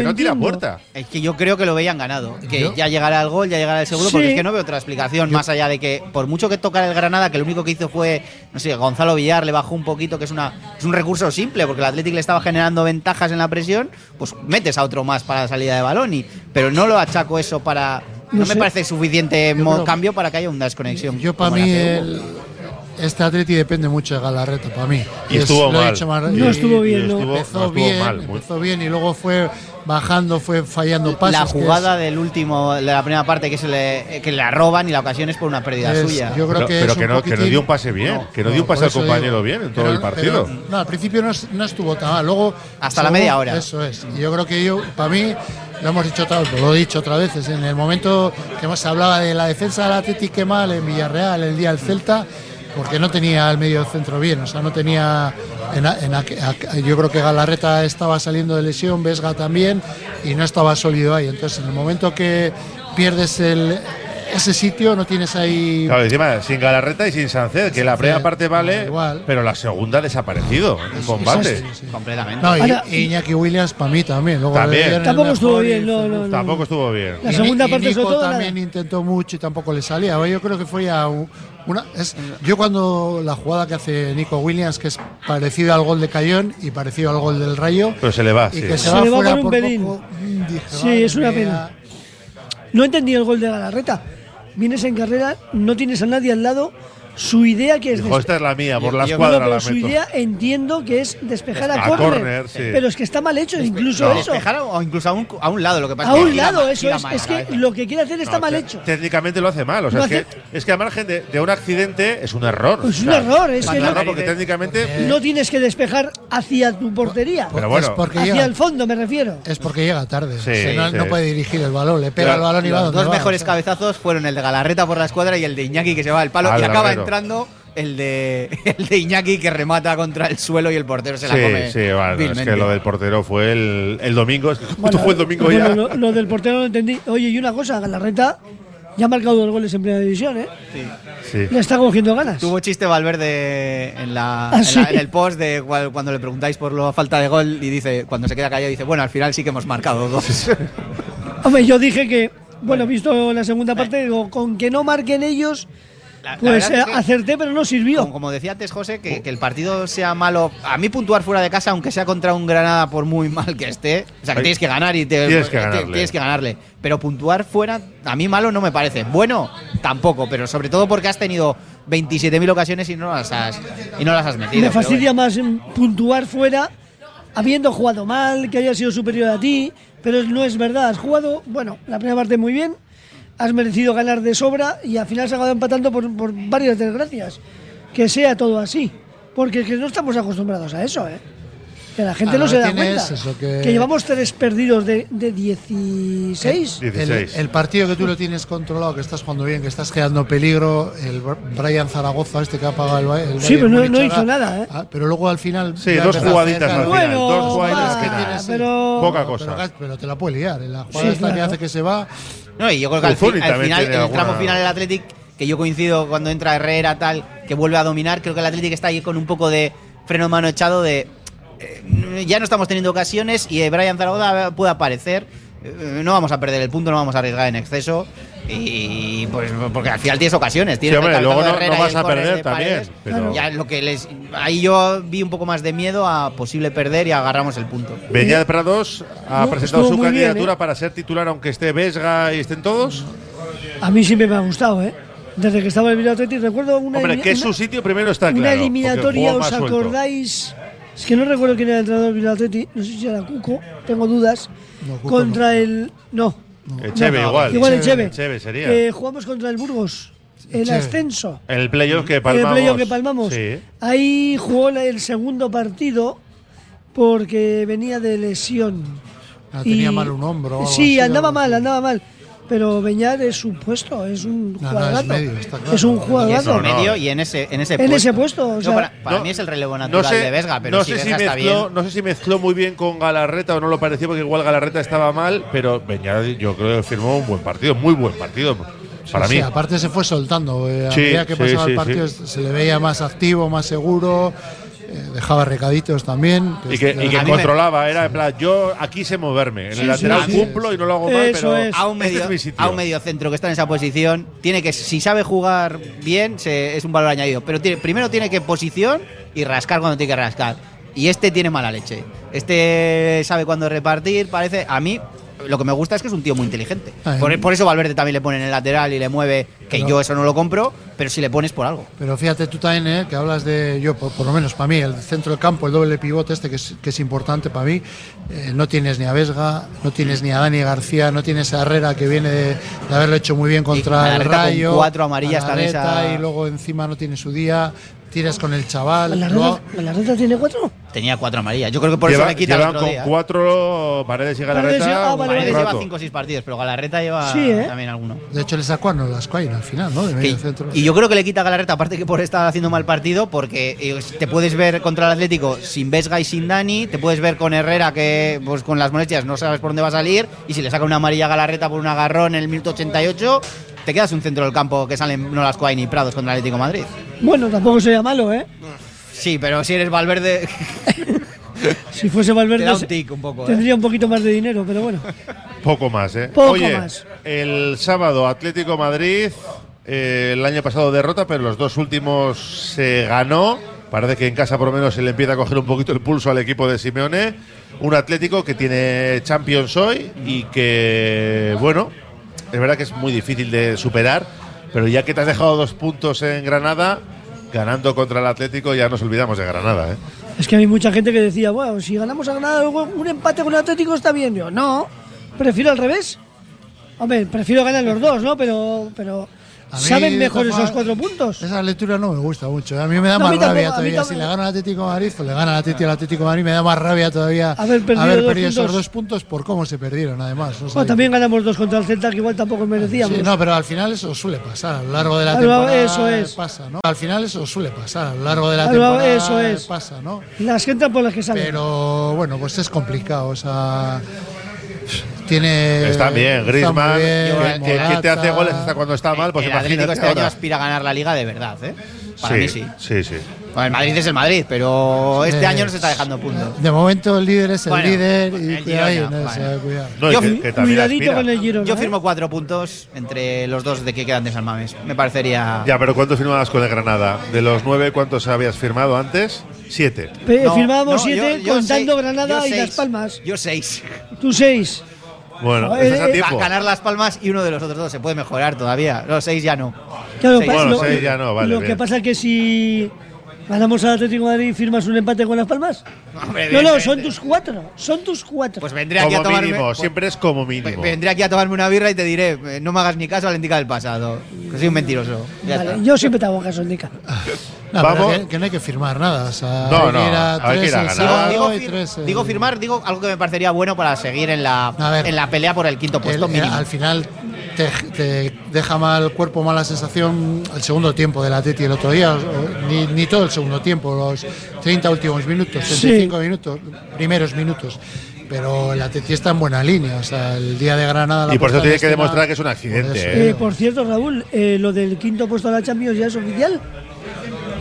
[SPEAKER 4] entiendo.
[SPEAKER 3] Es que yo creo que lo veían ganado. Que
[SPEAKER 4] Yo-
[SPEAKER 3] ya llegará el gol, ya llegará el seguro, porque
[SPEAKER 4] Sí.
[SPEAKER 3] es que no veo otra explicación más allá de que, por mucho que tocara el Granada, que lo único que hizo fue, no sé, Gonzalo Villar le bajó un poquito, que es, una, es un recurso simple, porque el Athletic le estaba generando ventajas en la presión, pues metes a otro más para la salida de balón, y, pero no lo achaco eso para. No,
[SPEAKER 2] No
[SPEAKER 3] me
[SPEAKER 2] sé.
[SPEAKER 3] parece suficiente
[SPEAKER 2] Yo
[SPEAKER 3] mo-
[SPEAKER 2] creo-
[SPEAKER 3] cambio para que haya una desconexión.
[SPEAKER 2] Yo para
[SPEAKER 3] como la
[SPEAKER 2] mí
[SPEAKER 3] que hubo.
[SPEAKER 2] el- este Atleti depende mucho de Galarreta para mí.
[SPEAKER 1] Y estuvo
[SPEAKER 2] lo he
[SPEAKER 1] mal.
[SPEAKER 2] dicho más-
[SPEAKER 1] No
[SPEAKER 2] y-
[SPEAKER 1] estuvo bien,
[SPEAKER 2] y
[SPEAKER 1] no.
[SPEAKER 2] Empezó
[SPEAKER 1] No estuvo
[SPEAKER 2] bien,
[SPEAKER 1] mal, muy-
[SPEAKER 2] empezó bien y luego fue bajando, fue fallando pasos.
[SPEAKER 3] la
[SPEAKER 2] que es-
[SPEAKER 3] jugada del último, de la primera parte que se le que la roban y la ocasión es por una pérdida
[SPEAKER 2] Es-
[SPEAKER 3] suya.
[SPEAKER 2] yo creo
[SPEAKER 1] Pero-
[SPEAKER 2] que
[SPEAKER 1] pero
[SPEAKER 2] es
[SPEAKER 1] que
[SPEAKER 2] un
[SPEAKER 1] no- que no
[SPEAKER 2] poquitín-
[SPEAKER 1] dio un pase bien, que no dio un
[SPEAKER 2] por
[SPEAKER 1] pase al
[SPEAKER 2] eso
[SPEAKER 1] compañero bien en todo el partido.
[SPEAKER 2] no, al principio no, es- no estuvo tan mal. Luego,
[SPEAKER 3] Hasta la media hora.
[SPEAKER 2] Eso es. Y yo creo que yo, para mí, lo hemos dicho otra vez, lo he dicho otras veces, en el momento que hemos hablaba de la defensa del Atleti que mal en Villarreal, el día del Celta, porque no tenía el medio centro bien, o sea, no tenía. en a- en aqu- aqu- yo creo que Galarreta estaba saliendo de lesión, Vesga también, y no estaba sólido ahí. Entonces, en el momento que pierdes el, ese sitio, no tienes ahí.
[SPEAKER 1] Claro, encima, sin Galarreta y sin Sanced, que la primera parte vale, pero la segunda ha desaparecido en combate.
[SPEAKER 3] Completamente.
[SPEAKER 2] No, y,
[SPEAKER 4] Ahora-
[SPEAKER 2] y Iñaki Williams para mí también. Luego
[SPEAKER 1] También.
[SPEAKER 2] le dieron el
[SPEAKER 4] Tampoco estuvo
[SPEAKER 2] mejor y-
[SPEAKER 4] bien, no, no, no.
[SPEAKER 1] Tampoco estuvo bien.
[SPEAKER 4] La segunda
[SPEAKER 2] y
[SPEAKER 4] parte,
[SPEAKER 2] Nico
[SPEAKER 4] sobre todo, la-
[SPEAKER 2] también intentó mucho y tampoco le salía. Yo creo que fue ya u- una. Es, yo cuando la jugada que hace Nico Williams, que es parecido al gol de Cayón y parecido al gol del Rayo,
[SPEAKER 1] Pero se le va, Pues, ah,
[SPEAKER 2] y
[SPEAKER 1] sí.
[SPEAKER 2] que se,
[SPEAKER 4] Se
[SPEAKER 2] va
[SPEAKER 4] le va
[SPEAKER 2] fuera
[SPEAKER 4] por un
[SPEAKER 2] por
[SPEAKER 4] pelín.
[SPEAKER 2] poco, mm,
[SPEAKER 4] Sí, es una pena.
[SPEAKER 2] pues
[SPEAKER 4] No entendí el gol de Galarreta. Vienes en carrera, no tienes a nadie al lado. Su idea que es.
[SPEAKER 1] Dijo,
[SPEAKER 4] despe-
[SPEAKER 1] esta es la mía, por
[SPEAKER 4] Yo-
[SPEAKER 1] la
[SPEAKER 4] yo-
[SPEAKER 1] escuadra
[SPEAKER 4] No, pero
[SPEAKER 1] la
[SPEAKER 4] su
[SPEAKER 1] meto.
[SPEAKER 4] idea entiendo que es despejar a,
[SPEAKER 1] A
[SPEAKER 4] córner.
[SPEAKER 1] córner, sí.
[SPEAKER 4] Pero es que está mal hecho, incluso
[SPEAKER 3] No,
[SPEAKER 4] eso.
[SPEAKER 3] despejar a- o incluso a un, a un lado, lo que pasa
[SPEAKER 4] A
[SPEAKER 3] es que
[SPEAKER 4] un
[SPEAKER 3] gira
[SPEAKER 4] lado,
[SPEAKER 3] mal,
[SPEAKER 4] eso
[SPEAKER 3] gira
[SPEAKER 4] es.
[SPEAKER 3] mal
[SPEAKER 4] Es
[SPEAKER 3] la
[SPEAKER 4] que
[SPEAKER 3] cabeza.
[SPEAKER 4] lo que quiere hacer está
[SPEAKER 1] No,
[SPEAKER 4] mal
[SPEAKER 1] te-
[SPEAKER 4] hecho.
[SPEAKER 1] Técnicamente lo hace mal. O sea,
[SPEAKER 4] No
[SPEAKER 1] es, que, es que a margen de, de un accidente es un error.
[SPEAKER 4] Es un
[SPEAKER 1] O sea,
[SPEAKER 4] error, es
[SPEAKER 1] un
[SPEAKER 4] que no-
[SPEAKER 1] error porque técnicamente.
[SPEAKER 2] Eh,
[SPEAKER 4] No tienes que despejar hacia tu portería.
[SPEAKER 1] Pero bueno. Es porque
[SPEAKER 4] hacia
[SPEAKER 1] llega-
[SPEAKER 4] el fondo me refiero.
[SPEAKER 2] Es porque llega tarde.
[SPEAKER 1] Sí,
[SPEAKER 2] O sea, no,
[SPEAKER 1] sí.
[SPEAKER 2] no puede dirigir el balón, le pega el balón y va
[SPEAKER 3] Los
[SPEAKER 2] donde
[SPEAKER 3] dos
[SPEAKER 2] va,
[SPEAKER 3] mejores
[SPEAKER 1] ¿eh?
[SPEAKER 2] o sea.
[SPEAKER 3] cabezazos fueron el de Galarreta por la escuadra y el de Iñaki que se va al palo
[SPEAKER 1] Al
[SPEAKER 3] y acaba
[SPEAKER 1] larguero.
[SPEAKER 3] entrando el de el de Iñaki que remata contra el suelo y el portero se la
[SPEAKER 1] Sí,
[SPEAKER 3] come.
[SPEAKER 1] sí, bueno, es
[SPEAKER 3] vilmente.
[SPEAKER 1] que lo del portero fue el, el domingo. Es que justo fue el domingo
[SPEAKER 4] Bueno,
[SPEAKER 1] ya.
[SPEAKER 4] Lo, lo del portero no entendí. Oye, y una cosa, Galarreta ya ha marcado dos goles en primera división, ¿eh?
[SPEAKER 1] Sí.
[SPEAKER 4] Le está cogiendo ganas.
[SPEAKER 3] Tuvo chiste Valverde en, la,
[SPEAKER 4] ¿Ah,
[SPEAKER 3] en,
[SPEAKER 4] sí?
[SPEAKER 3] la- en el post de cual- cuando le preguntáis por la falta de gol y dice, cuando se queda callado, dice, bueno, al final sí que hemos marcado dos.
[SPEAKER 4] Hombre, yo dije que, bueno, visto la segunda parte, digo, con que no marquen ellos,
[SPEAKER 3] la
[SPEAKER 4] pues
[SPEAKER 3] verdad es
[SPEAKER 4] eh,
[SPEAKER 3] que-
[SPEAKER 4] acerté, pero no sirvió.
[SPEAKER 3] Como, como decía antes José, que, que el partido sea malo, a mí puntuar fuera de casa, aunque sea contra un Granada por muy mal que esté, o sea, que
[SPEAKER 1] Ay,
[SPEAKER 3] tienes que ganar y te- eh,
[SPEAKER 1] tienes que
[SPEAKER 3] te-
[SPEAKER 1] ganarle.
[SPEAKER 3] tienes que ganarle. Pero puntuar fuera, a mí malo no me parece. Bueno, tampoco, pero sobre todo porque has tenido 27.000 ocasiones y no las has, y no las has metido.
[SPEAKER 4] Me
[SPEAKER 3] pero bueno.
[SPEAKER 4] fastidia más mm, puntuar fuera, habiendo jugado mal, que haya sido superior a ti, pero no es verdad. Has jugado, bueno, la primera parte muy bien, has merecido ganar de sobra y al final has acabado empatando por, por varias desgracias. Que sea todo así, porque es que no estamos acostumbrados a eso, ¿eh? Que la gente
[SPEAKER 2] Ah,
[SPEAKER 4] no
[SPEAKER 2] no
[SPEAKER 4] se da
[SPEAKER 2] tienes
[SPEAKER 4] cuenta.
[SPEAKER 2] eso, que-
[SPEAKER 4] que... llevamos tres perdidos de, de 16.
[SPEAKER 2] El, el partido que tú lo tienes controlado, que estás jugando bien, que estás creando peligro, el Br- Brian Zaragoza, este que ha pagado el, Ba- el
[SPEAKER 4] Sí,
[SPEAKER 2] Bayern
[SPEAKER 4] pero no-
[SPEAKER 2] Múnich
[SPEAKER 4] no
[SPEAKER 2] ahora,
[SPEAKER 4] hizo nada, ¿eh?
[SPEAKER 2] ah, pero luego al final.
[SPEAKER 1] Sí,
[SPEAKER 2] ya
[SPEAKER 1] dos
[SPEAKER 2] empezaste a
[SPEAKER 1] jugaditas
[SPEAKER 2] hacer-
[SPEAKER 1] al final, Bueno, dos jugaditas va,
[SPEAKER 2] que tienes, sí.
[SPEAKER 1] pero- Poca cosa.
[SPEAKER 2] Pero, te la puede liar. En la jugada
[SPEAKER 1] Sí,
[SPEAKER 2] esta que
[SPEAKER 1] claro.
[SPEAKER 2] hace que se va.
[SPEAKER 3] No, y yo creo que al,
[SPEAKER 1] Uzuni
[SPEAKER 3] fin- al
[SPEAKER 1] también
[SPEAKER 3] final,
[SPEAKER 1] tiene
[SPEAKER 3] el tramo
[SPEAKER 1] alguna-
[SPEAKER 3] final del Athletic, que yo coincido cuando entra Herrera, tal, que vuelve a dominar, creo que el Athletic está ahí con un poco de freno de mano echado de eh, ya no estamos teniendo ocasiones y eh, Brian Zaragoza puede aparecer. Eh, No vamos a perder el punto, no vamos a arriesgar en exceso. Y pues porque al final tienes ocasiones. Tienes
[SPEAKER 1] Sí, hombre,
[SPEAKER 3] el
[SPEAKER 1] luego
[SPEAKER 3] calzado
[SPEAKER 1] no-
[SPEAKER 3] de Herrera
[SPEAKER 1] no
[SPEAKER 3] y
[SPEAKER 1] vas
[SPEAKER 3] el
[SPEAKER 1] a
[SPEAKER 3] córner
[SPEAKER 1] perder
[SPEAKER 3] de
[SPEAKER 1] también,
[SPEAKER 3] Paredes.
[SPEAKER 1] pero-
[SPEAKER 3] Ya lo que les, ahí yo vi un poco más de miedo a posible perder y agarramos el punto.
[SPEAKER 1] Beñat Prados ha
[SPEAKER 3] No,
[SPEAKER 1] presentado
[SPEAKER 3] estuvo
[SPEAKER 1] su
[SPEAKER 3] muy bien,
[SPEAKER 1] candidatura
[SPEAKER 4] ¿eh?
[SPEAKER 1] para ser titular, aunque esté Vesga y estén todos.
[SPEAKER 4] A mí siempre me ha gustado, ¿eh? Desde que estaba en el Bilbao Athletic, recuerdo una.
[SPEAKER 1] Hombre,
[SPEAKER 4] elimina-
[SPEAKER 1] que es
[SPEAKER 4] una-
[SPEAKER 1] su sitio primero está claro.
[SPEAKER 4] Una
[SPEAKER 1] porque
[SPEAKER 4] eliminatoria,
[SPEAKER 1] jugó
[SPEAKER 4] ¿os
[SPEAKER 1] más suelto.
[SPEAKER 4] acordáis? Es que no recuerdo quién era el entrenador del Bilbao Athletic, no sé si era Cuco, tengo dudas.
[SPEAKER 1] No, Cuco
[SPEAKER 4] contra el. No.
[SPEAKER 1] Echeve
[SPEAKER 4] No,
[SPEAKER 1] igual.
[SPEAKER 4] Igual Echeve.
[SPEAKER 1] Echeve sería.
[SPEAKER 4] Que jugamos contra el Burgos. El
[SPEAKER 1] Echeve.
[SPEAKER 4] ascenso.
[SPEAKER 1] El playoff que palmamos.
[SPEAKER 4] El playoff que palmamos.
[SPEAKER 1] Sí.
[SPEAKER 4] Ahí jugó la- el segundo partido porque venía de lesión.
[SPEAKER 2] Ah, tenía mal un hombro o algo así,
[SPEAKER 4] Sí, andaba
[SPEAKER 2] algo
[SPEAKER 4] mal, andaba mal. Pero Beñat es un puesto, es un
[SPEAKER 2] no, es
[SPEAKER 4] jugadorazo.
[SPEAKER 2] medio, está claro.
[SPEAKER 4] Es un
[SPEAKER 3] Y es
[SPEAKER 4] jugadorazo.
[SPEAKER 3] en medio y en ese, en ese
[SPEAKER 4] En
[SPEAKER 3] puesto.
[SPEAKER 1] pues,
[SPEAKER 4] ese puesto, o
[SPEAKER 3] No,
[SPEAKER 4] sea-
[SPEAKER 3] para para
[SPEAKER 4] No,
[SPEAKER 3] mí es el relevo
[SPEAKER 1] No
[SPEAKER 3] natural
[SPEAKER 1] sé,
[SPEAKER 3] de Vesga, pero
[SPEAKER 1] no
[SPEAKER 3] si
[SPEAKER 1] sé si
[SPEAKER 3] Vesga está bien.
[SPEAKER 1] mezcló, no sé si mezcló muy bien con Galarreta o no lo pareció, porque igual Galarreta estaba mal, pero Beñat yo creo que firmó un buen partido, muy buen partido para
[SPEAKER 2] Sí,
[SPEAKER 1] mí.
[SPEAKER 2] aparte se fue soltando. eh, a
[SPEAKER 1] Sí,
[SPEAKER 2] medida que
[SPEAKER 1] sí,
[SPEAKER 2] pasaba
[SPEAKER 1] sí,
[SPEAKER 2] el partido
[SPEAKER 1] sí.
[SPEAKER 2] se le veía más activo, más seguro. eh, dejaba recaditos también.
[SPEAKER 1] Y que, y que
[SPEAKER 2] Pues A mí me-
[SPEAKER 1] controlaba, era en plan, yo aquí sé moverme, en
[SPEAKER 2] Sí,
[SPEAKER 1] el
[SPEAKER 2] sí,
[SPEAKER 1] lateral
[SPEAKER 2] sí,
[SPEAKER 1] cumplo y no lo hago mal, pero
[SPEAKER 3] a un
[SPEAKER 1] este
[SPEAKER 3] medio,
[SPEAKER 1] es mi sitio.
[SPEAKER 3] a un medio centro que está en esa posición, tiene que si sabe jugar bien se- es un valor añadido, pero tiene- primero tiene que posición y rascar cuando tiene que rascar. Y este tiene mala leche. Este sabe cuándo repartir, parece a mí lo que me gusta es que es un tío muy inteligente.
[SPEAKER 2] Ay.
[SPEAKER 3] Por, por eso Valverde también le pone en el lateral y le mueve, que
[SPEAKER 2] Pero-
[SPEAKER 3] yo eso no lo compro, pero si le pones por algo.
[SPEAKER 2] Pero fíjate tú también, eh, que hablas de, yo por, por lo menos para mí, el centro del campo, el doble pivote este que es, que es importante para mí, eh, no tienes ni a Vesga, no tienes ni a Dani García, no tienes a Herrera que viene de, de haberlo hecho muy bien contra el
[SPEAKER 3] Galarreta con
[SPEAKER 2] Rayo.
[SPEAKER 3] cuatro amarillas también
[SPEAKER 2] Galarreta,
[SPEAKER 3] esa-
[SPEAKER 2] Y luego encima no tiene su día, tiras con el chaval.
[SPEAKER 4] ¿La
[SPEAKER 2] luego-
[SPEAKER 4] reta, ¿La reta tiene cuatro?
[SPEAKER 3] Tenía cuatro amarillas. Yo creo que por
[SPEAKER 1] Lleva-
[SPEAKER 3] eso me quita el
[SPEAKER 1] llevan
[SPEAKER 3] otro
[SPEAKER 1] con
[SPEAKER 3] día.
[SPEAKER 1] cuatro paredes y Galarreta.
[SPEAKER 2] ah,
[SPEAKER 3] Paredes,
[SPEAKER 1] un buen
[SPEAKER 3] lleva
[SPEAKER 1] rato.
[SPEAKER 3] cinco o seis partidos, pero Galarreta lleva
[SPEAKER 2] Sí, ¿eh?
[SPEAKER 3] también alguno.
[SPEAKER 2] De hecho, le sacó a Nolascoain al final, ¿no? De medio centro.
[SPEAKER 3] Y yo creo que le quita a Galarreta, aparte que por estar haciendo mal partido, porque eh, te puedes ver contra el Atlético sin Vesga y sin Dani, te puedes ver con Herrera que pues con las molestias no sabes por dónde va a salir, y si le saca una amarilla a Galarreta por un agarrón en el minuto 88, te quedas un centro del campo que salen Nolascoain y Prados contra el Atlético de Madrid.
[SPEAKER 4] Bueno, tampoco sería malo, ¿eh?
[SPEAKER 3] Sí, pero si eres Valverde,
[SPEAKER 4] Si fuese
[SPEAKER 3] te da
[SPEAKER 4] Valverde,
[SPEAKER 3] un tic un poco. ¿eh?
[SPEAKER 4] tendría un poquito más de dinero, pero bueno.
[SPEAKER 1] Poco más, ¿eh?
[SPEAKER 4] Poco
[SPEAKER 1] Oye,
[SPEAKER 4] más.
[SPEAKER 1] el sábado Atlético Madrid, eh, el año pasado derrota, pero los dos últimos se ganó. Parece que en casa por lo menos se le empieza a coger un poquito el pulso al equipo de Simeone. Un Atlético que tiene Champions hoy y que, bueno, es verdad que es muy difícil de superar, pero ya que te has dejado dos puntos en Granada, ganando contra el Atlético ya nos olvidamos de Granada, ¿eh?
[SPEAKER 4] Es que hay mucha gente que decía, bueno, si ganamos a Granada, luego un empate con el Atlético está bien. Yo, no, prefiero al revés. Hombre, prefiero ganar los dos, ¿no? Pero, pero
[SPEAKER 2] A mí,
[SPEAKER 4] saben mejor
[SPEAKER 2] Rafa,
[SPEAKER 4] esos cuatro puntos.
[SPEAKER 2] Esa lectura no me gusta mucho. A mí me da
[SPEAKER 4] No, a
[SPEAKER 2] más
[SPEAKER 4] mí tampoco,
[SPEAKER 2] rabia
[SPEAKER 4] a mí
[SPEAKER 2] todavía. Si
[SPEAKER 4] tampoco.
[SPEAKER 2] le gana al Atlético de Madrid, pues le gana al Atlético, al Atlético de Madrid. Me da más rabia todavía
[SPEAKER 4] Haber perdido dos
[SPEAKER 2] esos
[SPEAKER 4] puntos.
[SPEAKER 2] dos puntos por cómo se perdieron, además. No sé.
[SPEAKER 4] Bueno, también ganamos dos contra el Celta, que igual tampoco merecíamos.
[SPEAKER 2] Sí, no, pero al final eso suele pasar. A lo largo de la
[SPEAKER 4] A lo-
[SPEAKER 2] temporada
[SPEAKER 4] eso es.
[SPEAKER 2] pasa, ¿no? Al final eso suele pasar. A lo largo de la
[SPEAKER 4] A lo-
[SPEAKER 2] temporada
[SPEAKER 4] eso es.
[SPEAKER 2] pasa, ¿no?
[SPEAKER 4] Las que entran por las que salen.
[SPEAKER 2] Pero bueno, pues es complicado. O sea. Tiene.
[SPEAKER 1] Está bien,
[SPEAKER 2] está
[SPEAKER 1] Griezmann,
[SPEAKER 2] muy Eh, bien,
[SPEAKER 1] que- que, que te hace
[SPEAKER 2] Morata.
[SPEAKER 1] goles hasta cuando está mal, pues
[SPEAKER 3] el Atlético
[SPEAKER 1] imagínate
[SPEAKER 3] este año
[SPEAKER 1] ahora.
[SPEAKER 3] aspira a ganar la liga de verdad, ¿eh? Para mí sí.
[SPEAKER 1] Sí, sí.
[SPEAKER 3] Bueno, el Madrid es el Madrid, pero este
[SPEAKER 2] Eh,
[SPEAKER 3] año no se está dejando puntos.
[SPEAKER 2] De momento el líder es el
[SPEAKER 3] Bueno, pues
[SPEAKER 2] líder y
[SPEAKER 3] el
[SPEAKER 2] cuidado,
[SPEAKER 3] Girona,
[SPEAKER 2] y no, se
[SPEAKER 3] vale.
[SPEAKER 2] va a cuidar.
[SPEAKER 1] No, y que- que también aspira.
[SPEAKER 4] ¿eh?
[SPEAKER 3] Yo firmo cuatro puntos entre los dos de que quedan de San Mames. Me parecería.
[SPEAKER 1] Ya, pero ¿cuántos firmabas con el Granada? De los nueve, ¿cuántos habías firmado antes? Siete.
[SPEAKER 4] Pe-
[SPEAKER 3] No,
[SPEAKER 4] firmábamos
[SPEAKER 3] no,
[SPEAKER 4] Eh, siete
[SPEAKER 3] yo- yo
[SPEAKER 4] contando
[SPEAKER 3] seis,
[SPEAKER 4] Granada
[SPEAKER 3] yo
[SPEAKER 4] y Las
[SPEAKER 3] seis.
[SPEAKER 4] Palmas.
[SPEAKER 3] Yo seis.
[SPEAKER 4] Tú seis.
[SPEAKER 1] Bueno,
[SPEAKER 4] Joder,
[SPEAKER 1] estás a
[SPEAKER 4] eh,
[SPEAKER 1] tiempo.
[SPEAKER 3] Ganar las palmas y uno de los otros dos se puede mejorar todavía. Los seis ya no.
[SPEAKER 4] Claro,
[SPEAKER 3] Seis.
[SPEAKER 4] pa-
[SPEAKER 1] Bueno, seis ya no, vale,
[SPEAKER 4] Lo
[SPEAKER 1] bien.
[SPEAKER 4] que pasa es que si ganamos al Atlético de Madrid, firmas un empate con Las Palmas.
[SPEAKER 3] Hombre,
[SPEAKER 4] No, no,
[SPEAKER 3] bien,
[SPEAKER 4] son tus cuatro. Son tus cuatro.
[SPEAKER 3] Pues vendré aquí a
[SPEAKER 1] Como
[SPEAKER 3] tomarme.
[SPEAKER 1] mínimo, siempre es como
[SPEAKER 3] pues,
[SPEAKER 1] mínimo.
[SPEAKER 3] vendré aquí a tomarme una birra y te diré, eh, no me hagas ni caso a la indica del pasado. Que soy un mentiroso. Ya
[SPEAKER 4] Vale,
[SPEAKER 3] está. Ah,
[SPEAKER 4] yo siempre te hago caso, Nica.
[SPEAKER 2] No, pero
[SPEAKER 3] Vamos.
[SPEAKER 2] Que, que no hay que firmar nada. O sea,
[SPEAKER 1] No,
[SPEAKER 2] hay
[SPEAKER 1] no,
[SPEAKER 2] que ir a
[SPEAKER 1] hay que ir a
[SPEAKER 2] tres el
[SPEAKER 1] ganar.
[SPEAKER 2] sábado
[SPEAKER 3] Digo,
[SPEAKER 2] y
[SPEAKER 3] fir-
[SPEAKER 2] tres el-
[SPEAKER 3] digo firmar, digo algo que me parecería bueno para seguir en la,
[SPEAKER 2] A ver.
[SPEAKER 3] en la pelea por el quinto puesto
[SPEAKER 2] el- eh,
[SPEAKER 3] mínimo.
[SPEAKER 2] al final te, te deja mal cuerpo, mala sensación el segundo tiempo del Atleti el otro día, o- o ni, ni todo el segundo tiempo, los 30 últimos minutos,
[SPEAKER 4] Sí.
[SPEAKER 2] 35 minutos, primeros minutos. Pero el Atleti está en buena línea, o sea, el día de Granada. la
[SPEAKER 1] Y por eso
[SPEAKER 2] puesta en
[SPEAKER 1] tiene que
[SPEAKER 2] escena-
[SPEAKER 1] demostrar que es un accidente.
[SPEAKER 2] Por eso,
[SPEAKER 1] ¿eh?
[SPEAKER 4] Eh, por cierto, Raúl, eh, lo del quinto puesto a la Champions ya es oficial.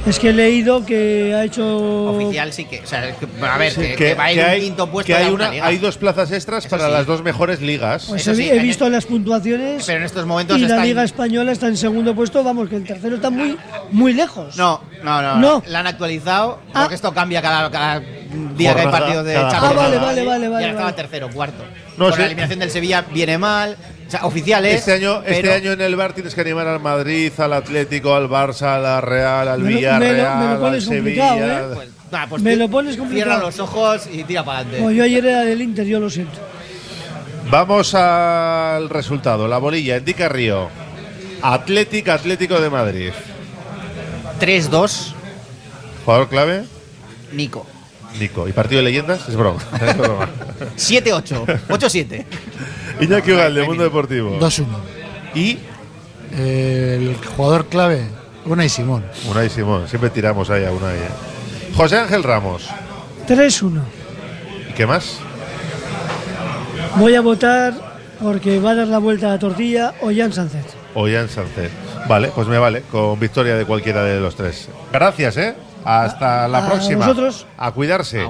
[SPEAKER 4] Es que he leído que ha hecho.
[SPEAKER 3] Oficial sí que. O sea, que- a ver,
[SPEAKER 4] Sí,
[SPEAKER 3] que, que va a ir
[SPEAKER 1] que
[SPEAKER 3] un
[SPEAKER 1] hay-
[SPEAKER 3] quinto puesto
[SPEAKER 1] que
[SPEAKER 3] de
[SPEAKER 1] hay,
[SPEAKER 3] alguna
[SPEAKER 1] una-
[SPEAKER 3] liga.
[SPEAKER 1] hay dos plazas extras para
[SPEAKER 3] sí.
[SPEAKER 1] las dos mejores ligas.
[SPEAKER 4] Pues he, he visto las puntuaciones.
[SPEAKER 3] Pero en estos momentos
[SPEAKER 4] Y la
[SPEAKER 3] están-
[SPEAKER 4] Liga Española está en segundo puesto. Vamos, que el tercero está muy, muy lejos.
[SPEAKER 3] No, no, no,
[SPEAKER 4] No.
[SPEAKER 3] La han actualizado
[SPEAKER 1] Ah.
[SPEAKER 3] porque esto cambia cada, cada día que hay
[SPEAKER 4] Jornada,
[SPEAKER 3] partidos de
[SPEAKER 4] cada
[SPEAKER 3] Champions.
[SPEAKER 4] Ah, vale, vale, vale,
[SPEAKER 3] Y
[SPEAKER 4] vale,
[SPEAKER 3] ahora estaba
[SPEAKER 4] vale.
[SPEAKER 3] tercero, cuarto.
[SPEAKER 1] No,
[SPEAKER 3] Con
[SPEAKER 1] sí.
[SPEAKER 3] la eliminación del Sevilla viene mal. O sea, oficial es.
[SPEAKER 1] Este año, este
[SPEAKER 3] Pues, pero-
[SPEAKER 1] año en el bar tienes que animar al Madrid, al Atlético, al Barça, a la Real, al
[SPEAKER 4] Me lo-
[SPEAKER 1] Villarreal,
[SPEAKER 4] me lo- me lo
[SPEAKER 1] al
[SPEAKER 4] pones complicado,
[SPEAKER 1] Sevilla.
[SPEAKER 4] ¿eh?
[SPEAKER 3] Pues, nada, pues
[SPEAKER 4] Me
[SPEAKER 3] ti-
[SPEAKER 4] lo pones complicado.
[SPEAKER 3] Cierra los ojos y tira para adelante.
[SPEAKER 4] Como yo ayer era del Inter, yo lo siento.
[SPEAKER 1] Vamos al resultado. La bolilla, indica Río. Atlético, Atlético de Madrid.
[SPEAKER 3] 3-2.
[SPEAKER 1] Jugador clave,
[SPEAKER 3] Nico.
[SPEAKER 1] Nico. ¿Y partido de leyendas? Es broma. Es broma.
[SPEAKER 3] 7-8. 8-7.
[SPEAKER 1] Iñaki Ugalde, Mundo Deportivo.
[SPEAKER 2] 2-1.
[SPEAKER 1] ¿Y?
[SPEAKER 2] el jugador clave, Unai Simón.
[SPEAKER 1] Unai Simón. Siempre tiramos ahí a Unai. ¿eh? José Ángel Ramos.
[SPEAKER 4] 3-1.
[SPEAKER 1] ¿Y qué más?
[SPEAKER 4] Voy a votar porque va a dar la vuelta a la tortilla o Jan Sánchez.
[SPEAKER 1] Ollán Sánchez. Vale, pues me vale, con victoria de cualquiera de los tres. Gracias, ¿eh? Hasta la
[SPEAKER 4] Ah, a
[SPEAKER 1] próxima.
[SPEAKER 4] vosotros.
[SPEAKER 1] A cuidarse.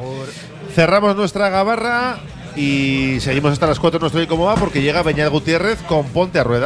[SPEAKER 1] Cerramos nuestra gabarra y seguimos hasta las 4 nuestro hoy como va porque llega Beñat Gutiérrez con Ponte a Rueda.